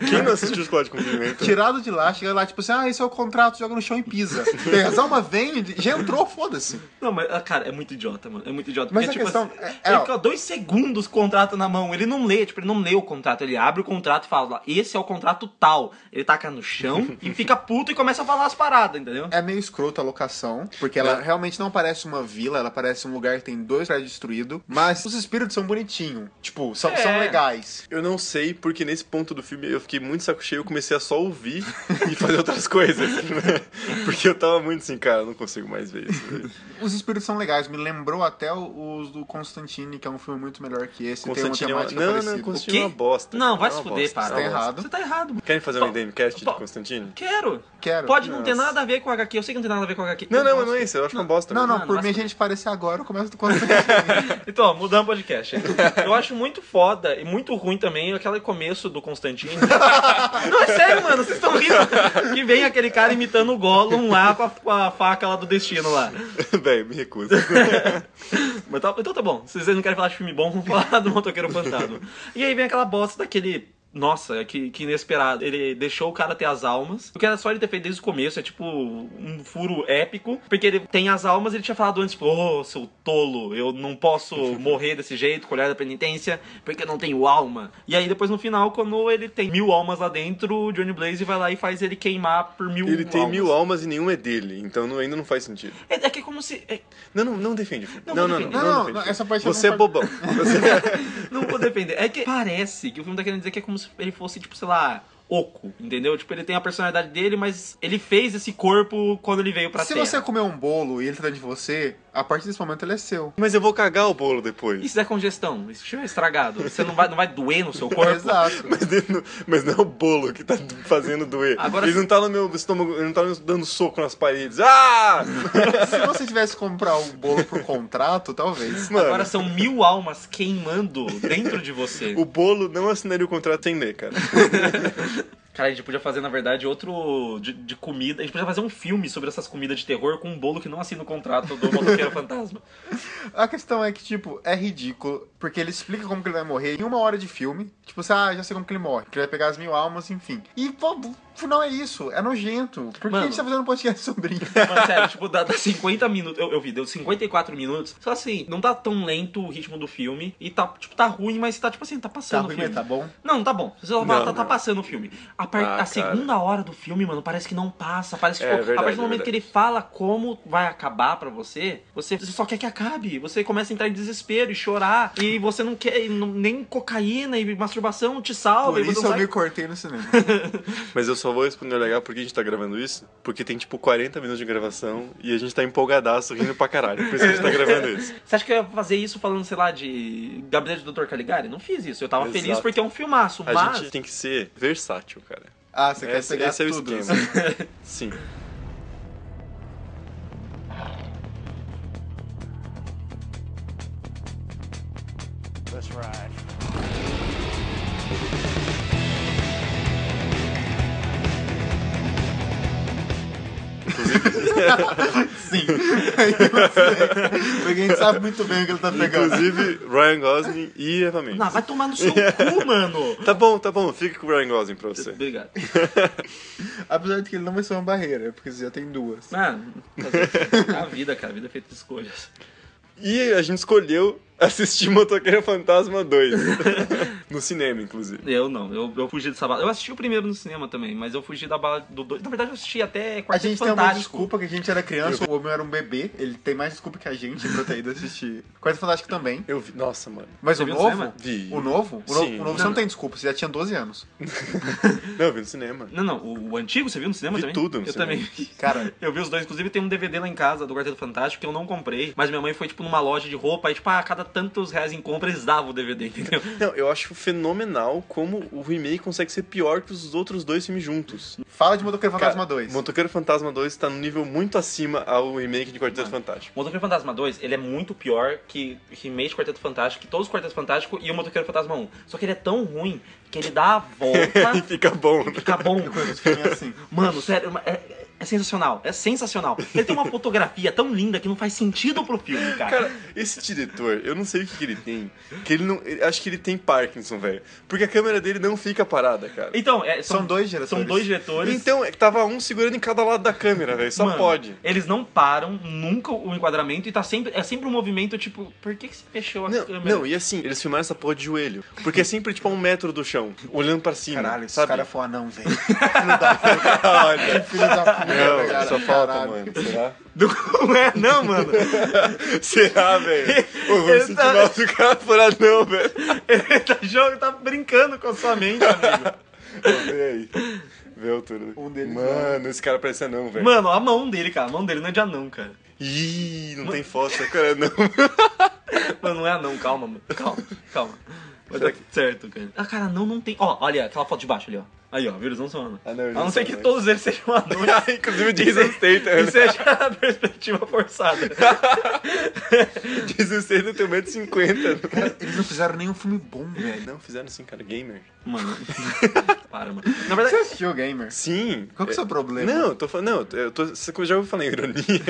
Quem não assistiu Chocolate com Pimenta?
tirado de lá, chega lá, tipo assim, ah, esse é o contrato, joga no chão e pisa. E As almas vêm, já entrou, foda-se.
Não, mas, ah, cara, é muito idiota, mano. É muito idiota.
Mas
porque,
a
tipo,
questão
assim,
é- é,
ele
ó.
fica dois segundos com o contrato na mão. Ele não lê, tipo, ele não lê o contrato. Ele abre o contrato e fala, lá, esse é o contrato tal. Ele taca
(laughs)
no chão e fica puto e começa a falar as paradas, entendeu?
É meio escrota a locação, porque ela
É.
realmente não parece uma vila, ela parece um lugar que tem dois prédios destruídos, mas os espíritos são bonitinhos, tipo, são, são
É.
legais.
Eu não sei, porque nesse ponto do filme eu fiquei muito saco cheio, eu comecei a só ouvir e fazer outras (laughs) coisas, né? Porque eu tava muito assim, cara, eu não consigo mais ver isso. velho.
Os espíritos são legais, me lembrou até o- os do Constantine, que é um filme muito melhor que esse,
Constantine
tem
é
uma
uma...
temática
Não,
parecida.
não, Constantine é uma
O quê?
bosta.
Não, vai
É
se
uma
fuder,
bosta,
para.
é uma
Tá
bosta.
errado.
Você tá errado, mano.
Querem fazer um
Pô,
endemcast de
pô,
Constantine?
Quero.
Quero.
Pode não ter
Nossa.
nada a ver com HQ. Eu sei que não tem nada a ver com HQ.
Não,
Eu
não,
gosto.
mas não é isso, eu acho uma bosta.
Não,
mesmo.
não,
Mano,
por
mas-
mim a gente parecer agora, eu começo do Constantine.
Então, mudando o podcast. Eu acho muito foda e muito ruim também aquele começo do Constantino. Não, é sério, mano, vocês estão rindo. Que vem aquele cara imitando o Gollum lá com a, com a faca lá do destino lá.
(laughs) Véi, me recuso.
Mas tá- então tá bom, se vocês não querem falar de filme bom, (laughs) vamos falar do Motoqueiro Fantasma. E aí vem aquela bosta daquele. Nossa, que, que inesperado. Ele deixou o cara ter as almas. O que era só ele ter feito desde o começo é tipo um furo épico. Porque ele tem as almas ele tinha falado antes, tipo, ô seu tolo, eu não
(laughs)
posso morrer desse jeito, colher da penitência, porque eu não tenho alma. E aí depois no final, quando ele tem mil almas lá dentro, o Johnny Blaze vai lá e faz ele queimar por mil
Ele tem
almas.
mil almas e nenhuma é dele, então não- ainda não faz sentido.
É, é que é como se. é-
Não, não, não defende o filme.
Não
Não, não,
vou
não,
defender.
Não, não,
defende.
essa parte eu
Você
não
é bobão.
(laughs)
Você-
Não vou defender. É que parece que o filme tá querendo dizer que é como se ele fosse, tipo, sei lá, oco, entendeu? Tipo, ele tem a personalidade dele, mas ele fez esse corpo quando ele veio pra
Se
Terra.
você comer um bolo e ele tá dentro de você, a partir desse momento ele é seu.
Mas eu vou cagar o bolo
E
depois.
se der é congestão? E se estiver estragado? Você não vai, não vai doer no seu
(laughs)
corpo?
Exato.
(laughs) (laughs) Mas, ele não- mas não é o bolo que tá fazendo doer.
Agora
ele
se-
não tá no meu estômago, ele não tá dando soco nas paredes. Ah!
Se você tivesse que comprar um bolo por contrato, talvez.
Mano,
Agora são mil almas queimando dentro de você.
o bolo não assinaria o contrato sem ler, cara.
Cara, a gente podia fazer, na verdade, outro de, de comida. A gente podia fazer um filme sobre essas comidas de terror com um bolo que não assina o contrato do motoqueiro fantasma.
A questão é que, tipo, é ridículo, porque ele explica como que ele vai morrer em uma hora de filme. Tipo, você, ah, já sei como que ele morre, que ele vai pegar as mil almas, enfim. E, pô, não é isso, é nojento. Por que
Mano.
a gente tá fazendo um podcast sobre isso?
Mano, sério, tipo, dá, dá 50 minutos. Eu, eu vi, deu 54 minutos. Só assim, não tá tão lento o ritmo do filme. E tá, tipo, tá ruim, mas tá, tipo assim, tá
Tá
passando o
ruim,
filme.
mas tá bom?
Não, não tá bom. Você só
Não,
tá, tá
não.
passando o filme. A, par-
Ah,
a
cara.
segunda hora do filme, mano, parece que não passa. Parece que,
É,
tipo,
é
a
verdade,
partir do
é
momento que
verdade.
ele fala como vai acabar pra você, você você só quer que acabe. Você começa a entrar em desespero e chorar. E você não quer e não- nem cocaína e masturbação te salva.
Por
e você
isso
não
eu
sai-
me cortei no cinema.
Mas eu só vou responder legal por que a gente tá gravando isso. Porque tem tipo 40 minutos de gravação e a gente tá empolgadaço, rindo pra caralho. Por isso que a gente tá gravando isso.
Você acha que eu ia fazer isso falando, sei lá, de Gabinete do Dr. Caligari? Não fiz isso. Eu tava
Exato.
feliz porque é um filmaço,
A
mas.
gente tem que ser versátil, cara.
Ah, você quer
Esse-
pegar
esse é o
tudo. né?
esquema. (laughs) Sim.
Sim. Porque a gente sabe muito bem o que ele tá pegando.
Inclusive, Ryan Gosling e Eva Mendes.
Não, vai tomar no seu
(laughs)
cu, mano!
Tá bom, tá bom, fica com o Ryan Gosling pra você.
Obrigado.
Apesar de que ele não vai ser uma barreira, porque você já tem duas.
Ah, fazer- a vida, cara, a vida é feita de escolhas.
E a gente escolheu assistir Motoqueiro Fantasma 2. (laughs) no cinema, inclusive.
Eu não, eu, eu fugi dessa bala. Eu assisti o primeiro no cinema também, mas eu fugi da bala do dois. Na verdade, eu assisti até
A
Quarteto
gente tem uma
Fantástico.
desculpa que a gente era criança, o homem era um bebê, ele tem mais desculpa que a gente pra ter ido assistir. Quarto Fantástico também.
Eu vi. Nossa, mano.
Mas
Você
o
viu no
novo,
cinema?
Vi.
o novo? O, no-
Sim.
o novo você
Não,
não tem desculpa, você já tinha 12 anos.
Não, eu vi no cinema.
Não, não, o, o antigo você viu no cinema
Vi
também?
tudo no
Eu
cinema.
também vi.
Cara,
Eu vi os dois, inclusive tem um DVD lá em casa do Quarteto Fantástico que eu não comprei, mas minha mãe foi, tipo, numa loja de roupa e, tipo, a cada tantos reais em compra eles davam o DVD, entendeu?
Não, eu acho fenomenal como o remake consegue ser pior que os outros dois filmes juntos.
Fala de Motoqueiro Fantasma
Cara,
2.
Motoqueiro Fantasma 2 tá num nível muito acima ao remake de Quarteto Fantástico. (laughs)
Motoqueiro Fantasma 2, ele é muito pior que remake de Quarteto Fantástico, que todos os Quarteto Fantástico e o Motoqueiro Fantasma 1. Só que ele é tão ruim que ele dá a
e
(laughs) volta
fica bom. né?
e fica bom.
Eu conheço filme assim.
Mano, sério, é, é- é sensacional. É sensacional. Ele tem uma fotografia tão linda que não faz sentido pro filme, cara.
Cara, esse diretor, eu não sei o que, que ele tem. Que ele não. ele- acho que ele tem Parkinson, velho. Porque a câmera dele não fica parada, cara.
Então, é,
São dois diretores.
São dois diretores.
Então, é que tava um segurando em cada lado da câmera, velho. Só
Mano,
pode.
Eles não param nunca o enquadramento e tá sempre. É sempre um movimento tipo, por que, que você fechou a
Não,
câmera?
não, e assim, eles filmaram essa porra de joelho. Porque é sempre, tipo, a um metro do chão, olhando pra cima.
Caralho, esse
sabe?
cara foi anão, velho. Filho da
(laughs)
puta,
Olha.
filho da puta,
Não,
cara.
só falta,
Caralho.
mano. Será?
(laughs) Não é, não, (laughs) mano.
Será,
(laughs)
velho? Ô, vou me
Ele
sentir
tá-
mal se o cara for anão, velho.
Ele tá, jogo, tá brincando com a sua mente, amigo.
Vê aí. Vê a altura.
Um deles,
Mano, esse cara parece anão, velho.
Mano, a mão dele, cara. A mão dele não é de anão, cara.
Ih, não tem foto, esse cara é anão.
Mano, não é anão, calma, mano. Calma, calma. Vai dar certo, cara. Ah, cara, anão não tem. Ó, olha aquela foto de baixo ali, ó. Aí, ó, viu? Eles não são anão.
Ah, não,
a
eles
não
não
ser
são,
que
né?
todos eles sejam anões.
(laughs) Inclusive o
Isso
Jason Statham. né?
Isso é já (laughs) a perspectiva forçada.
Jason Statham tem 1,50m.
Cara, eles não fizeram nenhum filme bom, velho.
Não, fizeram assim, cara. Gamer.
Mano. Para, mano. Na verdade,
Você assistiu Gamer?
Sim.
Qual que é o seu problema?
Não, eu tô falando. Não, eu tô. Você já ouviu falar em ironia?
(laughs)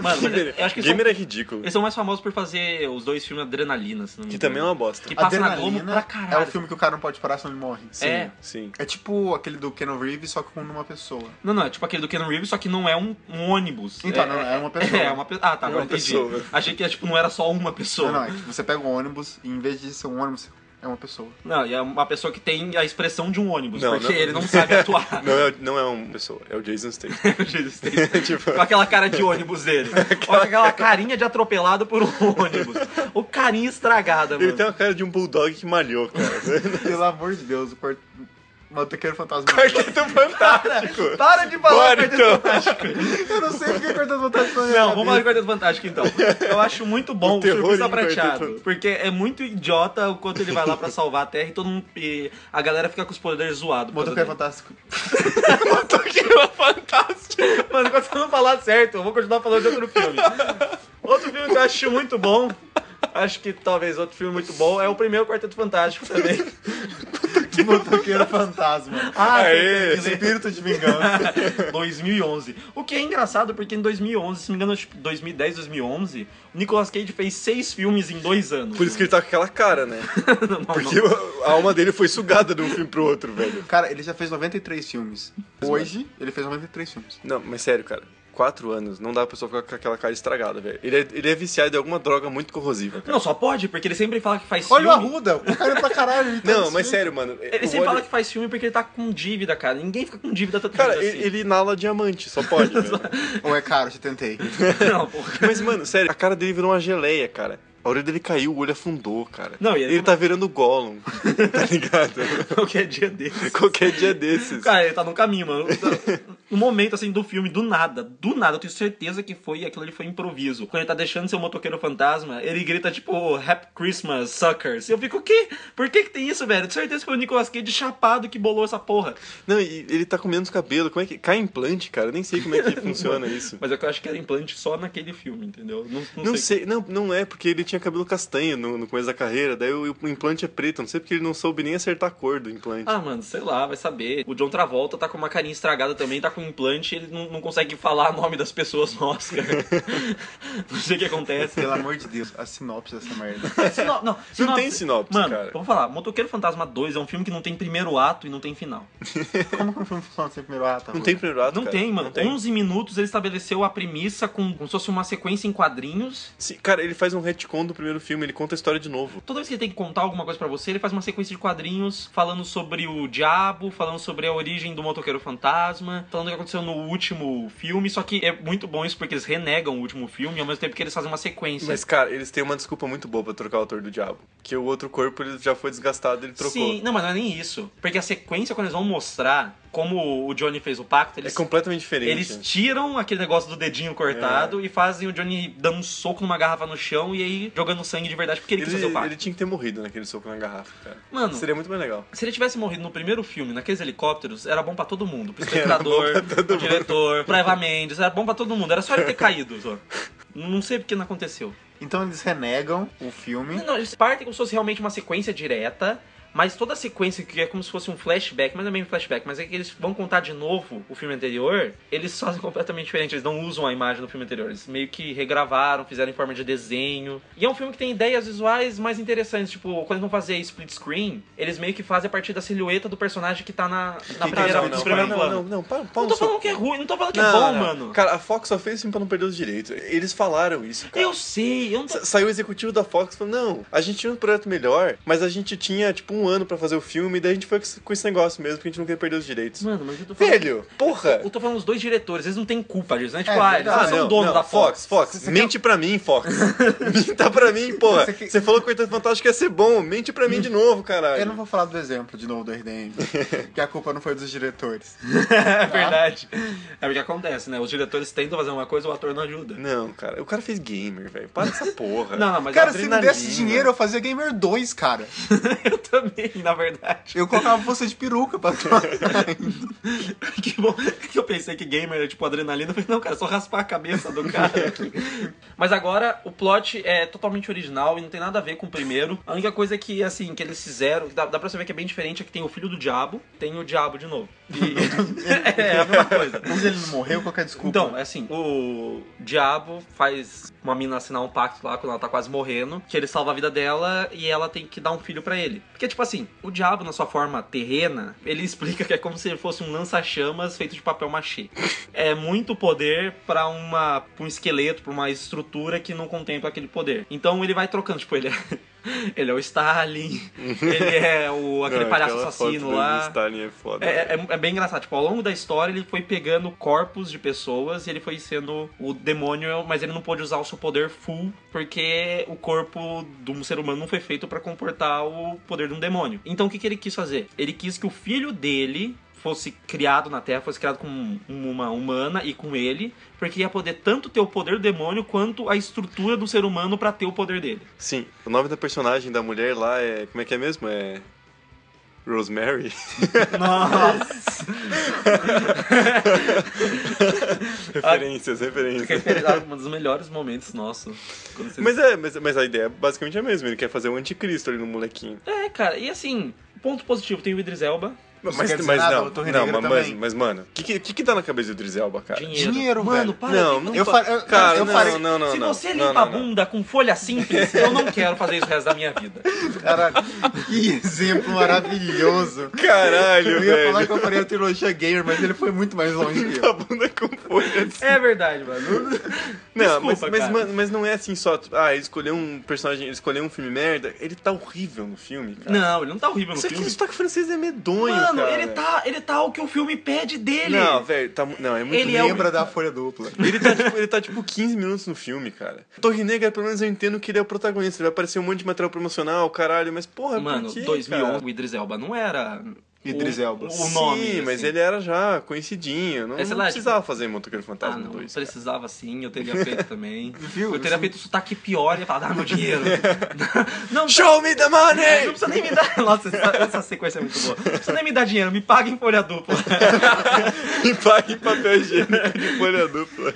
Mano, mas eu acho que eles
Gamer
são-
é ridículo.
eles são mais famosos por fazer os dois filmes Adrenalina, se não me
Que
engano.
também é uma bosta.
Que passa na Globo pra
é
caralho.
o filme que o cara não pode parar senão ele morre.
Sim,
é.
sim.
É tipo aquele do Keanu Reeves, só que com uma pessoa.
Não, não, é tipo aquele do Keanu Reeves, só que não é um, um ônibus.
Então, não, (laughs) é uma pessoa.
É, uma pessoa. Ah, tá,
É
agora
uma
entendi.
pessoa.
Achei que tipo, não era só uma pessoa.
Não, não, é que você pega um ônibus e em vez de ser um ônibus, é uma pessoa.
Não, e é uma pessoa que tem a expressão de um ônibus,
Não,
porque
não-
ele não sabe
(laughs)
atuar. né,
Não é, não é uma pessoa, é o
(laughs)
Jason Statham.
Jesus, tem-
(laughs) tipo,
Com aquela cara de ônibus
(laughs)
dele. Com aquela carinha de atropelado por um ônibus. O carinha estragada,
ele
mano.
tem uma cara de um bulldog que malhou,
(laughs)
cara. (laughs)
Pelo amor de Deus, o quarto. Motoqueiro Fantasma.
Quarteto é Fantástico.
Para de falar
Bora,
Quarteto
então.
Fantástico.
Eu não sei porque Quarteto Fantasma é
Não, vamos falar de Quarteto Fantástico então. Eu acho muito bom
O
o
terror
Surfista
em Quarteto
Prateado.
Fantástico.
Porque é muito idiota o quanto ele vai lá pra salvar a Terra e todo mundo. E a galera fica com os poderes zoados. por causa
Motoqueiro
dele.
Fantástico.
é
Motoqueiro Fantástico.
Mano, enquanto eu não falar certo, eu vou continuar falando de outro filme. Outro filme que eu acho muito bom. Acho que talvez outro filme muito bom é o primeiro Quarteto Fantástico também.
(laughs) Motoqueiro Fantasma.
Ah,
Aê,
sim,
Espírito de Vingança.
(laughs) 2011. O que é engraçado porque em 2011, se não me engano, acho que 2010, 2011, o Nicolas Cage fez seis filmes em dois anos.
Por isso que ele tá com aquela cara, né?
Não, não,
Porque a alma dele foi sugada de um filme pro outro, velho.
Cara, ele já fez 93 filmes. Hoje, ele fez 93 filmes.
Não, mas sério, cara. Quatro anos, não dá pra pessoa ficar com aquela cara estragada, velho. Ele é, ele é viciado em alguma droga muito corrosiva, cara.
Não, só pode, porque ele sempre fala que faz
Olha o
filme.
Arruda, o cara é pra caralho. ele tá
Não,
nesse
mas
filme.
sério, mano.
Ele
o
sempre fala
óleo-
que faz filme porque ele tá com dívida, cara. Ninguém fica com dívida tanto
Cara,
assim.
ele, ele inala diamante, só
(laughs)
pode, velho.
Ou é caro, já tentei.
Não, porra. (laughs)
Mas, mano, sério, a cara dele virou uma geleia, cara. A orelha dele caiu, o olho afundou, cara.
Não, e ele-
ele tá virando
(laughs)
Gollum, tá ligado?
Qualquer dia desse.
Qualquer dia desses.
(laughs) Cara, ele tá no caminho, mano. No momento, assim, do filme, do nada, do nada, eu tenho certeza que foi, aquilo ali foi improviso. Quando ele tá deixando seu motoqueiro fantasma, ele grita, tipo, Happy Christmas, suckers. E eu fico, o quê? Por que que tem isso, velho? De certeza que foi o Nicolas Cage chapado que bolou essa porra.
Não, e ele tá com menos cabelo. Como é que. Cai implante, cara? Eu nem sei como é
(laughs)
que funciona isso.
Mas é que eu acho que era implante só naquele filme, entendeu? Não, não,
Não
sei.
sei, não, não é, porque ele tinha cabelo castanho no, no começo da carreira, daí o, o implante é preto, não sei porque ele não soube nem acertar a cor do implante.
Ah, mano, sei lá, vai saber. O John Travolta tá com uma carinha estragada também, tá com implante, ele não, não consegue falar o nome das pessoas no Oscar. (laughs) não sei o que acontece.
Pelo amor de Deus, a sinopse dessa merda.
Sino- não,
Não tem sinopse,
Mano,
cara.
vamos falar, Motoqueiro Fantasma 2 é um filme que não tem primeiro ato e não tem final.
Como que um filme funciona sem primeiro ato?
não tem primeiro ato,
Não
cara.
tem, mano.
Não tem.
11 minutos ele estabeleceu a premissa com, como se fosse uma sequência em quadrinhos.
Sim, cara, ele faz um retcon do primeiro filme, ele conta a história de novo.
Toda vez que ele tem que contar alguma coisa pra você, ele faz uma sequência de quadrinhos falando sobre o diabo, falando sobre a origem do motoqueiro fantasma, falando o que aconteceu no último filme. Só que é muito bom isso porque eles renegam o último filme ao mesmo tempo que eles fazem uma sequência.
Mas, cara, eles têm uma desculpa muito boa pra trocar o ator do diabo. Que o outro corpo ele já foi desgastado, ele trocou.
Sim, não, mas não é nem isso. Porque a sequência, quando eles vão mostrar como o Johnny fez o pacto,
É
eles,
completamente diferente.
eles tiram aquele negócio do dedinho
É.
cortado e fazem o Johnny dando um soco numa garrafa no chão e aí jogando sangue de verdade porque ele,
ele,
quis fazer o pacto.
ele tinha que ter morrido naquele soco na garrafa, cara.
Mano,
Seria muito mais legal.
se ele tivesse morrido no primeiro filme, naqueles helicópteros, era bom pra todo mundo. Pro
Era
espectador,
bom pra todo
pro
mundo.
diretor, pro Eva Mendes, era bom pra todo mundo. Era só ele ter caído, só. Não sei porque não aconteceu.
Então eles renegam o filme.
Não, eles partem como se fosse realmente uma sequência direta, mas toda a sequência que é como se fosse um flashback, mas não é meio flashback, mas é que eles vão contar de novo o filme anterior, eles (laughs) fazem completamente diferente, eles não usam a imagem do filme anterior, eles meio que regravaram, fizeram em forma de desenho. E é um filme que tem ideias visuais mais interessantes, tipo, quando eles vão fazer split screen, eles meio que fazem a partir da silhueta do personagem que tá na, na
Que-
primeira,
não,
no
não,
primeiro
não,
plano.
não,
Não,
não, para, para um
tô
soco.
falando que é ruim, não tô falando que é
Não,
bom,
não.
mano.
Cara, a Fox só fez isso pra não perder os direitos. Eles falaram isso, cara.
Eu sei, eu não tô
Sa- Saiu o executivo da Fox e falou: Não, a gente tinha um projeto melhor, mas a gente tinha tipo um ano pra fazer o filme, e daí a gente foi com esse- com esse negócio mesmo, porque a gente não queria perder os direitos.
Mano, mas eu tô falando.
Velho, porra!
Eu tô falando os dois diretores, eles não têm culpa disso, né? Tipo,
É,
ah, eles
verdade.
não,
Ah,
são dono da Fox.
Fox,
Você- você
mente pra mim, Fox. Minta pra mim, porra.
Você que-
Você falou que o Coitado Fantástico ia ser bom, mente pra mim de novo, caralho.
Eu não vou falar do exemplo de novo do
(laughs)
Herdem, que a culpa não foi dos diretores.
(laughs) É verdade. É o que acontece, né? Os diretores tentam fazer uma coisa, o ator não ajuda.
Não, cara, o cara fez gamer, velho. Para essa porra.
Não, não, mas
cara,
a
se me
adrenalina-
desse dinheiro, eu fazia Gamer 2, cara.
eu (laughs) também, na verdade. (laughs)
Eu colocava você de peruca pra
(laughs)
atuar.
Que bom que eu pensei que gamer era tipo adrenalina. Eu falei, não, cara, só raspar a cabeça do cara (laughs) aqui. Mas agora o plot é totalmente original e não tem nada a ver com o primeiro. A única coisa que, assim, que eles fizeram, dá, dá pra você ver que é bem diferente, é que tem o filho do diabo, tem o diabo de novo. (laughs) E... é a mesma coisa.
Mas ele não morreu, qualquer desculpa.
Então, é assim, o diabo faz uma mina assinar um pacto lá quando ela tá quase morrendo, que ele salva a vida dela e ela tem que dar um filho pra ele. Porque, tipo assim, o diabo, na sua forma terrena, ele (laughs) explica que é como se ele fosse um lança-chamas feito de papel machê. É muito poder pra uma pra um esqueleto, pra uma estrutura que não contempla aquele poder. Então ele vai trocando, tipo, ele é, (laughs) ele é o
(laughs)
Stalin, ele é o, aquele
Não,
palhaço
aquela
assassino
foto
lá.
do Stalin é foda.
É, é- é bem engraçado. Tipo, ao longo da história, ele foi pegando corpos de pessoas e ele foi sendo o demônio, mas ele não pôde usar o seu poder full, porque o corpo de um ser humano não foi feito pra comportar o poder de um demônio. Então, o que, que ele quis fazer? Ele quis que o filho dele fosse criado na Terra, fosse criado com um, uma humana e com ele, porque ia poder tanto ter o poder do demônio quanto a estrutura do ser humano pra ter o poder dele.
Sim, o nome da personagem da mulher lá é. Como é que é mesmo? É. Rosemary? (laughs)
(laughs) Nossa!
referências,
é
referências.
um dos melhores momentos nossos. quando você
Mas é, mas, mas a ideia basicamente é a mesma, ele quer fazer o anticristo ali no molequinho.
É, cara, e assim, ponto positivo, tem o Idris Elba.
Mas,
quer dizer "Ah,
mas
nada,
não,
o Torre
não
Negra
mas, mas,
também.
mas, mano, o que, que, que que dá na cabeça do Idris Elba, cara?
Dinheiro.
Dinheiro,
Mano,
velho.
para.
Não,
tem-
não
Eu
fa-
fa- eu-
cara,
eu
não,
farei-
não, não,
Se
não,
você
não,
limpa a
não, não.
bunda com folha simples, eu não quero fazer isso o resto da minha
(laughs)
vida.
Caralho, que exemplo maravilhoso. (laughs)
Caralho,
Eu ia falar
velho.
que eu faria a trilogia gamer, mas ele foi muito mais longe que eu.
(laughs) A bunda com folha.
É verdade, mano.
Não, mas,
Desculpa,
mas,
cara.
mano, mas não é assim só, tipo, ah, ele escolheu um personagem, ele escolheu um filme merda, ele tá horrível no filme, cara.
Não, ele não tá horrível no
Isso aqui, o
filme.
sotaque francês é medonho,
Mano,
cara.
ele tá, ele tá o que o filme pede dele.
Não, velho, tá, mu- não, é muito
Ele é o-
Lembra da Folha Dupla.
Ele tá, tipo, ele tá tipo 15 minutos no filme, cara. Torre Negra, pelo menos eu entendo que ele é o protagonista. Ele vai aparecer um monte de material promocional, caralho, mas porra,
Mano,
por quê,
2011,
cara?
o Idris Elba não era...
Idris
o-
Elba.
O nome.
Sim, mas
assim.
ele era já conhecidinho. Não,
É, sei
não
lá,
precisava fazer Motoqueiro
Ah,
Fantasma
não,
2. tá cara.
precisava sim, eu teria feito
(laughs)
também.
Viu?
Eu teria feito o sotaque pior e ia falar, dá meu dinheiro. (laughs) não,
Show me the
É, Não (laughs)
money!
precisa nem me dar. Nossa, essa, essa sequência é muito boa. Não precisa nem me dar dinheiro, me paga em folha dupla.
e pague em papel higiênico de folha dupla.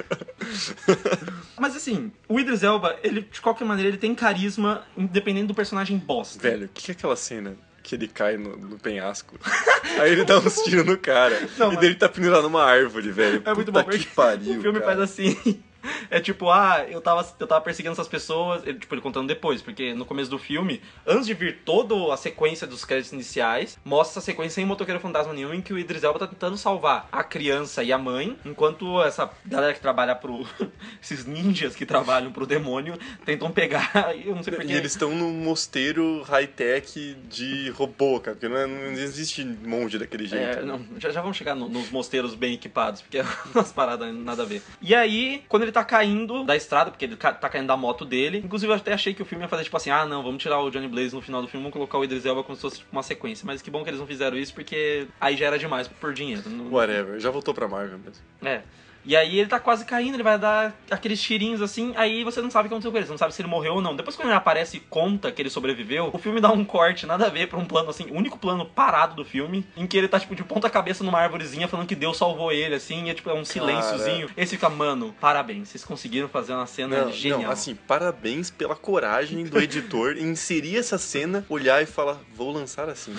Mas assim, o Idris Elba, ele, de qualquer maneira, ele tem carisma, independente do personagem bosta.
Velho, o que é aquela cena que ele cai no, no penhasco? (laughs) Aí ele dá uns tiros no cara.
Não,
e
mas-
daí ele tá pendurado numa árvore, velho.
É muito
Puta
bom,
que
porque (laughs)
pariu,
o filme
cara.
faz assim. É tipo, ah, eu tava, eu tava perseguindo essas pessoas. Ele, tipo, ele contando depois, porque no começo do filme, antes de vir toda a sequência dos créditos iniciais, mostra essa sequência sem motoqueiro fantasma nenhum, em que o Idris Elba tá tentando salvar a criança e a mãe, enquanto essa galera que trabalha pro. (laughs) esses ninjas que trabalham pro demônio tentam pegar. (laughs) Eu não sei assim, porque.
E eles estão num mosteiro high-tech de robô, cara. Porque não, é- não existe monge daquele jeito.
É, (laughs)
né?
não, já, já vamos chegar no- nos mosteiros bem equipados, porque é umas paradas nada a ver. E aí, quando eles ele tá caindo da estrada, porque ele ca- tá caindo da moto dele. Inclusive, eu até achei que o filme ia fazer tipo assim: ah, não, vamos tirar o Johnny Blaze no final do filme, vamos colocar o Idris Elba como se fosse tipo, uma sequência. Mas que bom que eles não fizeram isso, porque aí já era demais por dinheiro. Não-
Whatever, já voltou pra Marvel mesmo.
É. E aí ele tá quase caindo, ele vai dar aqueles tirinhos assim, aí você não sabe o que aconteceu com ele, você não sabe se ele morreu ou não. Depois quando ele aparece e conta que ele sobreviveu, o filme dá um corte, nada a ver, pra um plano assim, o único plano parado do filme, em que ele tá tipo de ponta cabeça numa arvorezinha falando que Deus salvou ele, assim, e é tipo, é um silênciozinho. Esse fica, mano, parabéns, vocês conseguiram fazer uma cena
Não,
é genial.
não, assim, parabéns pela coragem do editor em inserir essa cena, olhar e falar, vou lançar
(laughs)
assim.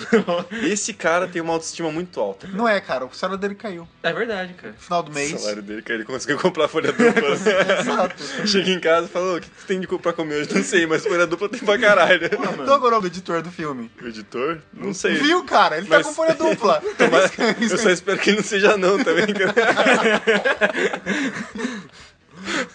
Esse cara tem uma autoestima muito alta.
Não é, cara, o salário dele caiu.
É verdade, cara.
No final do
O
mês.
salário dele, cara, ele conseguiu comprar a folha dupla.
(laughs)
né?
Exato.
Chega em casa e fala, "Ô, o que você tem de co- pra comer hoje? Não sei, mas folha dupla tem pra caralho.
Então agora é o editor do filme.
O editor? Não sei.
Viu, cara? Ele
Mas-
tá com folha dupla.
Tomara-
(laughs)
Eu só espero que ele não seja não tá também, cara.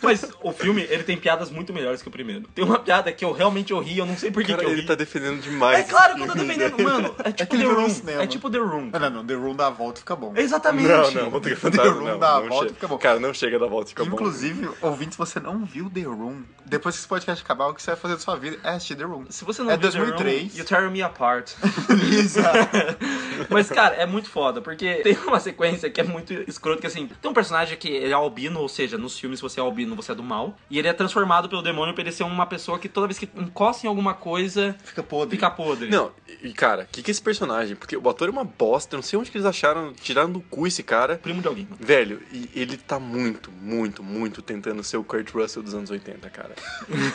Mas o filme, ele tem piadas muito melhores que o primeiro. Tem uma piada que eu realmente eu ri, eu não sei por que
Cara,
que eu
ele
ri.
tá defendendo demais.
É claro que eu tô
esse filme.
defendendo, mano.
(laughs)
É tipo
ele
The
virou um
Room.
cinema.
É tipo The Room.
Ah, não, não. The Room dá a volta fica bom.
Exatamente.
Não, não, vou ter que
(laughs)
fantasma,
Deu um
não,
da
não
volta,
chega.
fica é bom.
Cara, não chega da volta, fica
Inclusive, ouvintes, se você não viu The Room, depois que esse podcast acabar, o que você vai fazer da sua vida é assistir The Room.
Se você não
É
viu
2003.
The Room, You Tear Me
(laughs)
Apart.
Exato.
(laughs) Mas, cara, é muito foda, porque tem uma sequência que é muito escrota, que assim, tem um personagem que ele é albino, ou seja, nos filmes se você é albino, você é do mal, e ele é transformado pelo demônio pra ele ser uma pessoa que toda vez que encosta em alguma coisa,
Fica podre.
fica podre.
bom. Não, e cara, o que, que é esse personagem? Porque o ator é uma bosta, não sei onde que eles acharam, tiraram do cu esse cara.
Primo de alguém, mano.
Velho, e ele tá muito, muito, muito tentando ser o Kurt Russell dos anos
(laughs)
80, cara.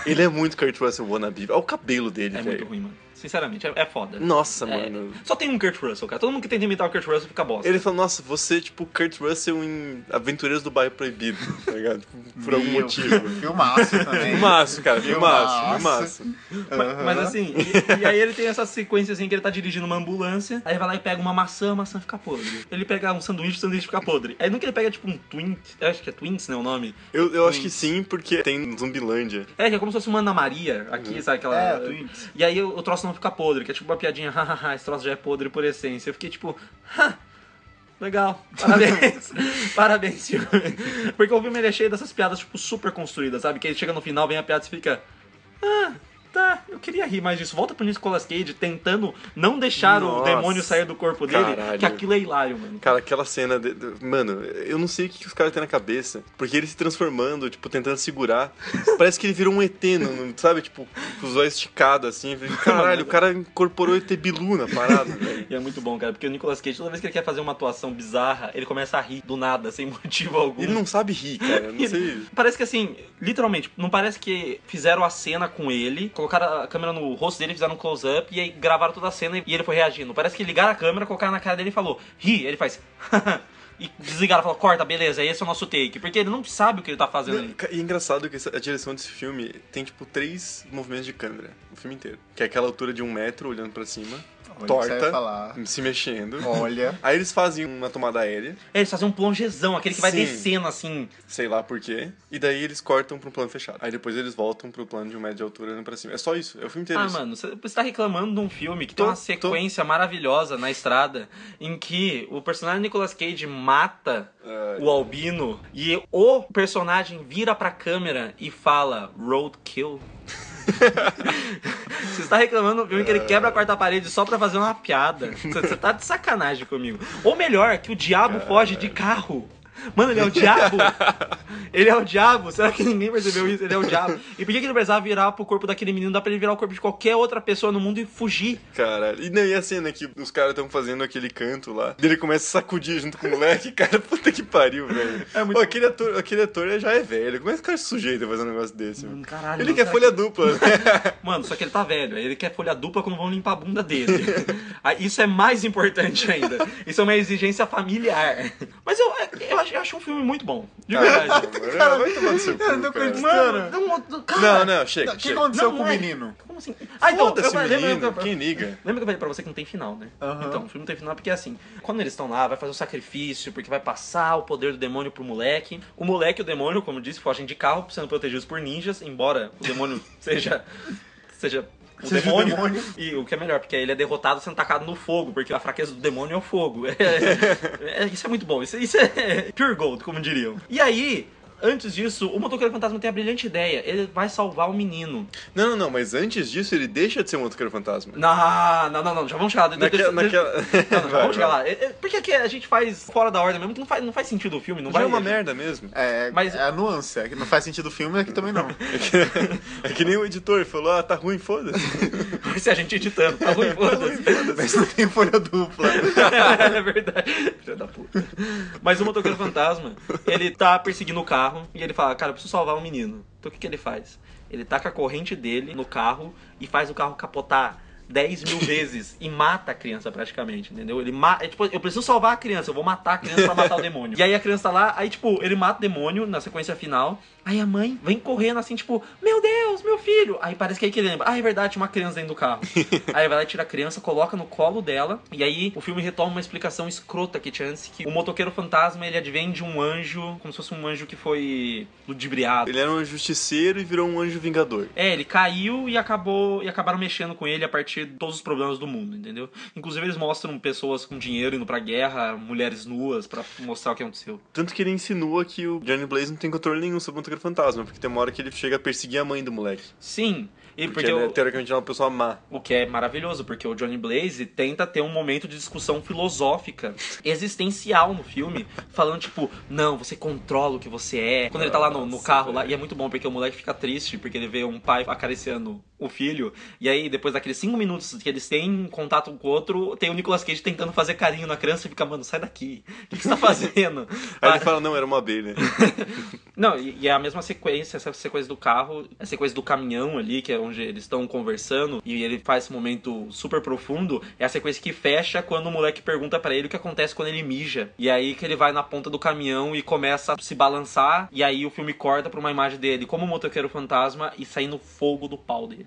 ele é muito Kurt Russell wannabe. Olha o cabelo dele,
É
velho.
muito ruim, mano. Sinceramente, é, é foda.
Nossa,
É.
mano.
Só tem um Kurt Russell, cara. Todo mundo que tenta imitar o Kurt Russell fica bosta.
Ele falou, nossa, você é tipo Kurt Russell em Aventureiros do Bairro Proibido, tá ligado? Por
(laughs)
algum
Meu,
motivo.
Filmaço também.
(laughs) Filmaço, cara, filmaço,
Filmaço.
filmaço.
Ma- Mas
Aham.
assim, e, e aí ele tem essa sequência assim que ele tá dirigindo uma ambulância, aí vai lá e pega uma maçã, a maçã fica podre. Ele pega um sanduíche, o sanduíche fica podre. Aí nunca ele pega tipo um twin, eu acho que é twins, né, o nome?
Eu, eu acho
Hum.
que sim, porque tem Zumbilândia.
É, que é como se fosse uma Ana Maria aqui, sabe aquela...
É, Twinks.
E aí o, o troço não fica podre, que é tipo uma piadinha, (laughs) hahaha, esse troço já é podre por essência. Eu fiquei tipo, ha, legal, parabéns, (laughs) parabéns, filme. Porque o filme ele é cheio dessas piadas tipo super construídas, sabe? Que ele chega no final, vem a piada e você fica, ah... Tá, eu queria rir mais disso. Volta pro Nicolas Cage tentando não deixar o
Nossa,
demônio sair do corpo dele,
caralho.
que aquilo é hilário, mano.
Cara, aquela cena. de- de- mano, eu não sei o que, que os caras têm na cabeça. Porque ele se transformando, tipo, tentando segurar. Parece que ele virou um ET, não- não- sabe? Tipo, com os olhos esticados assim. Caralho, o cara incorporou ET Bilu na parada, velho.
E é muito bom, cara, porque o Nicolas Cage, toda vez que ele quer fazer uma atuação bizarra, ele começa a rir do nada, sem (laughs) motivo algum.
Ele não sabe rir, cara. eu Não
Ele-
sei.
Parece que assim, literalmente, não parece que fizeram a cena com ele, colocaram a câmera no rosto dele, fizeram um close-up e aí gravaram toda a cena e ele foi reagindo. Parece que ligaram a câmera, colocaram na cara dele e falou, ri, ele faz. (laughs) e desligaram, falou, corta, beleza, esse é o nosso take. Porque ele não sabe o que ele tá fazendo ali.
E é engraçado que essa- a direção desse filme tem, tipo, três movimentos de câmera. O filme inteiro. Que é aquela altura de um metro olhando pra cima,
Olha,
torta.
você vai falar.
se mexendo.
Olha.
Aí eles fazem uma tomada aérea.
É, eles fazem um plongezão, aquele que vai
Sim.
descendo assim.
Sei lá por quê. E daí eles cortam pro plano fechado. Aí depois eles voltam pro plano de um metro de altura indo pra cima. É só isso. É o filme inteiro.
Ah,
isso.
mano, você você tá reclamando de um filme que
Tô-
tem uma sequência maravilhosa na estrada em que o personagem Nicolas Cage mata
Ah,
o albino e o personagem vira pra câmera e fala
(laughs)
roadkill. Você está reclamando do filme que ele quebra a quarta parede só pra fazer uma piada. Você você tá de sacanagem comigo. Ou melhor, que o diabo foge de carro. Mano, ele é o diabo. Ele é o diabo. Será que ninguém percebeu isso? Ele é o diabo. E por que que ele precisava virar pro corpo daquele menino? Dá pra ele virar o corpo de qualquer outra pessoa no mundo e fugir.
Caralho. E, não, e a cena que os caras estão fazendo aquele canto lá. E ele começa a sacudir junto com o moleque. (laughs) Cara, puta que pariu, velho.
É muito
Ô, aquele, ator, aquele ator já é velho. Como é que o cara se sujeita a fazer um negócio desse? mano?
Caralho,
Ele
mano,
quer
será
folha dupla. né?
Mano, só que ele tá velho, aí ele quer folha dupla quando vão limpar a bunda
(laughs)
dele. Aí Isso é mais importante ainda. Isso é uma exigência familiar. Mas eu, eu, acho, eu acho um filme muito bom. De (laughs) verdade.
Mano, vai tomar no seu cu,
Eu não tô
cara.
acreditando.
Mano, não, não, cara,
Não, não, chega.
O que
chega.
aconteceu
Não,
com o
é.
menino?
Como assim? Ah, então, eu,
Foda-se,
lembra- lembra,
menino.
que eu-
Quem liga?
lembra que eu falei pra você que não tem final, né?
Aham.
Então, o filme não tem final porque assim, quando eles estão lá, vai fazer o sacrifício, porque vai passar o poder do demônio pro moleque. O moleque e o demônio, como eu disse, fogem de carro, sendo protegidos por ninjas, embora
(laughs)
o demônio seja. seja. O
Seja o
demônio,
demônio.
E o que é melhor, porque ele é derrotado sendo tacado no fogo, porque a fraqueza do demônio é o
(laughs)
(laughs) fogo. É, é, isso é muito bom. Isso, isso é pure gold, como diriam. E aí. Antes disso, o motoqueiro fantasma tem a brilhante ideia. Ele vai salvar o menino.
Não, não, não, mas antes disso ele deixa de ser um motoqueiro fantasma.
Não, não, não, não, já vamos chegar lá.
Naquela.
Deixa- deixa- Não, não, já
naquela... (laughs) Vai,
vamos chegar
vai.
lá. É, é, Porque aqui a gente faz fora da ordem mesmo, que não faz, não faz sentido o filme, não
Já
vai. (laughs)
é uma merda mesmo. (laughs)
É,
Mas-
é a nuance, é que não faz sentido o filme, aqui também não.
É que nem o editor falou, ah, tá ruim, foda-se.
Vai ser a gente editando, tá
(laughs)
ruim, foda-se.
Mas não tem folha dupla.
(laughs) é verdade. Filha da puta. Mas o motoqueiro fantasma, ele tá perseguindo o carro e ele fala, cara, eu preciso salvar um menino. Então o que, que ele faz? Ele taca a corrente dele no carro e faz o carro capotar 10 mil vezes e mata a criança praticamente, entendeu? Ele mata. É, tipo, eu preciso salvar a criança, eu vou matar a criança pra matar o demônio. E aí a criança tá lá, aí tipo, ele mata o demônio na sequência final. Aí a mãe vem correndo assim, tipo, meu Deus, meu filho! Aí parece que é aí que ele lembra. Ah, é verdade, tinha uma criança dentro do carro. aí vai lá, e tira a criança, coloca no colo dela. E aí o filme retoma uma explicação escrota que tinha antes, que o motoqueiro fantasma ele advém de um anjo, como se fosse um anjo que foi ludibriado.
Ele era um justiceiro e virou um anjo vingador.
É, ele caiu e acabou e acabaram mexendo com ele a partir de todos os problemas do mundo, entendeu? Inclusive eles mostram pessoas com dinheiro indo pra guerra, mulheres nuas pra mostrar o que aconteceu.
Tanto que ele insinua que o Johnny Blaze não tem controle nenhum sobre o motoqueiro fantasma, porque tem uma hora que ele chega a perseguir a mãe do moleque.
Sim, e
Porque,
porque,
ele é,
o-
teoricamente é uma pessoa má.
o que é maravilhoso, porque o Johnny Blaze tenta ter um momento de discussão filosófica, existencial no filme, falando tipo, não, você controla o que você é. Quando ele tá lá no, no
Nossa,
carro lá,
velho.
e é muito bom porque o moleque fica triste porque ele vê um pai acariciando o filho, e aí depois daqueles cinco minutos que eles têm em contato um com o outro, tem o Nicolas Cage tentando fazer carinho na criança e fica, mano, sai daqui. O que que você tá fazendo?
(laughs) Aí
Para.
ele fala, não, era uma abelha.
Não, e, e é a mesma sequência, essa sequência do carro, a sequência do caminhão ali, que é onde eles estão conversando, e ele faz esse momento super profundo, é a sequência que fecha quando o moleque pergunta pra ele o que acontece quando ele mija. E aí que ele vai na ponta do caminhão e começa a se balançar, e aí o filme corta pra uma imagem dele como um motoqueiro fantasma e saindo fogo do pau dele.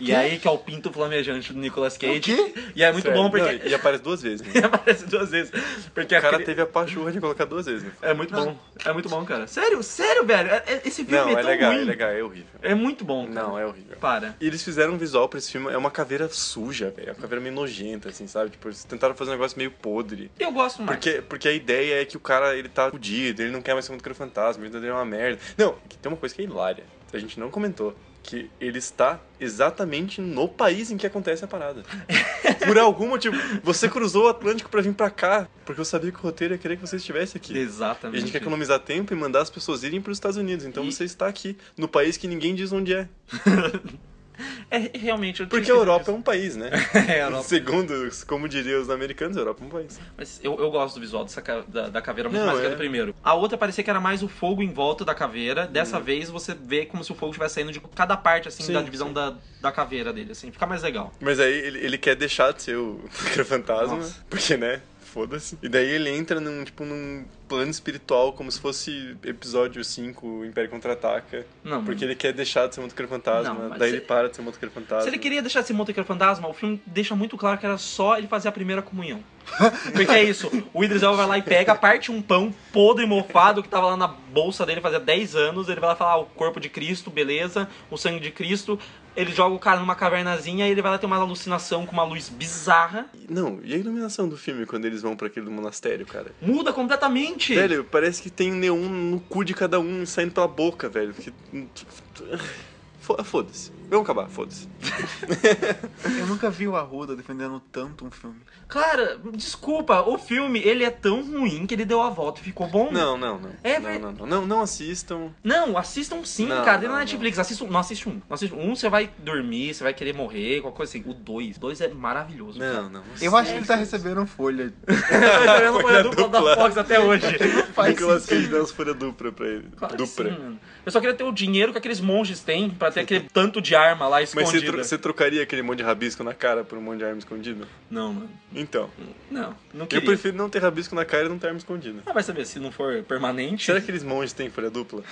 E aí que é o pinto flamejante do Nicolas Cage.
O quê?
E é muito
Sério.
bom
Não,
porque
e aparece duas vezes.
(laughs)
Né?
aparece duas vezes. Porque
O cara
aquele-
teve a pachorra de colocar duas vezes. Né?
É muito bom, é muito bom, cara. Sério, sério, velho. é- é- Esse filme
Não,
é
é
tão
legal,
ruim.
é legal, é horrível.
É muito bom. Cara.
Não, é horrível.
Para.
E eles fizeram um visual pra esse filme, é uma caveira suja, velho. É uma caveira meio nojenta, assim, sabe? Tipo, eles tentaram fazer um negócio meio podre.
Eu gosto mais.
Porque, porque a ideia é que o cara, ele tá fudido, ele não quer mais ser um motoqueiro fantasma, ele é uma merda. Não, que tem uma coisa que é hilária, a gente não comentou, que ele está exatamente no país em que acontece a parada. Por algum motivo, você cruzou o Atlântico pra vir pra cá, porque eu sabia que o roteiro ia querer que você estivesse aqui. E
Exatamente.
a gente quer economizar tempo e mandar as pessoas irem pros Estados Unidos. Então
E-
você está aqui, no país que ninguém diz onde é.
É, realmente, eu tinha
Porque a Europa é
esquecido
um país, né?
disso. (laughs) é, a Europa.
Segundo, como diriam os americanos, a Europa é um país.
Mas eu, eu gosto do visual dessa ca- da, da caveira muito
Não,
mais do que a
é.
do primeiro. A outra parecia que era mais o fogo em volta da caveira. Dessa vez você vê como se o fogo estivesse saindo de cada parte, assim,
Hum. Sim,
da divisão
sim.
da, da caveira dele, assim. Fica mais legal.
Mas aí ele, ele quer deixar de ser o (laughs) fantasma,
Nossa.
porque, né? Foda-se. E daí ele entra num, tipo, num plano espiritual, como se fosse episódio 5, Império Contra-Ataca.
Não,
Porque ele quer deixar de ser um motoqueiro fantasma,
Não, mas
daí
se-
ele para de ser um motoqueiro fantasma.
Se ele queria deixar esse motoqueiro fantasma, o filme deixa muito claro que era só ele fazer a primeira comunhão. Porque é isso, o Idris Elba vai lá e pega, parte um pão podre e mofado que tava lá na bolsa dele fazia 10 anos, ele vai lá falar ah, o corpo de Cristo, beleza, o sangue de Cristo, ele joga o cara numa cavernazinha e ele vai lá ter uma alucinação com uma luz bizarra,
Não, e a iluminação do filme quando eles vão pra aquele monastério, cara?
muda completamente.
Velho, parece que tem um neon no cu de cada um saindo pela boca, velho. Porque... (sighs) Fo- Foda-se. Vamos acabar, foda-se.
Eu nunca vi o Arruda defendendo tanto um filme.
Cara, desculpa, o filme, ele é tão ruim que ele deu a volta e ficou bom.
Não, não, não.
É,
não,
velho.
não, não, não, não assistam.
Não, assistam sim,
Não,
cara. Tem
não,
na Netflix. Assistam, não assiste um. Não assiste um. Um você vai dormir, você vai querer morrer, qualquer coisa assim. O dois. O dois é maravilhoso.
Não, não.
Eu acho que ele tá recebendo folha.
Cara. (laughs) Eu não
Foi
a
a
dupla da
dupla.
Fox até hoje.
(laughs) o
Faz
Nicolas
sentido.
Cage dá umas folhas dupla pra ele.
Claro que
dupla.
sim, mano. Eu só queria ter o dinheiro que aqueles monges têm pra ter
(laughs)
aquele tanto de arma lá
Mas você,
escondida.
tro- você trocaria aquele monte de rabisco na cara por um monte de arma escondida?
Não, mano.
Então,
Não, não
eu
queria.
prefiro não ter rabisco na cara e não ter arma escondida.
Ah, vai saber, se não for permanente.
Será que aqueles monges têm folha dupla?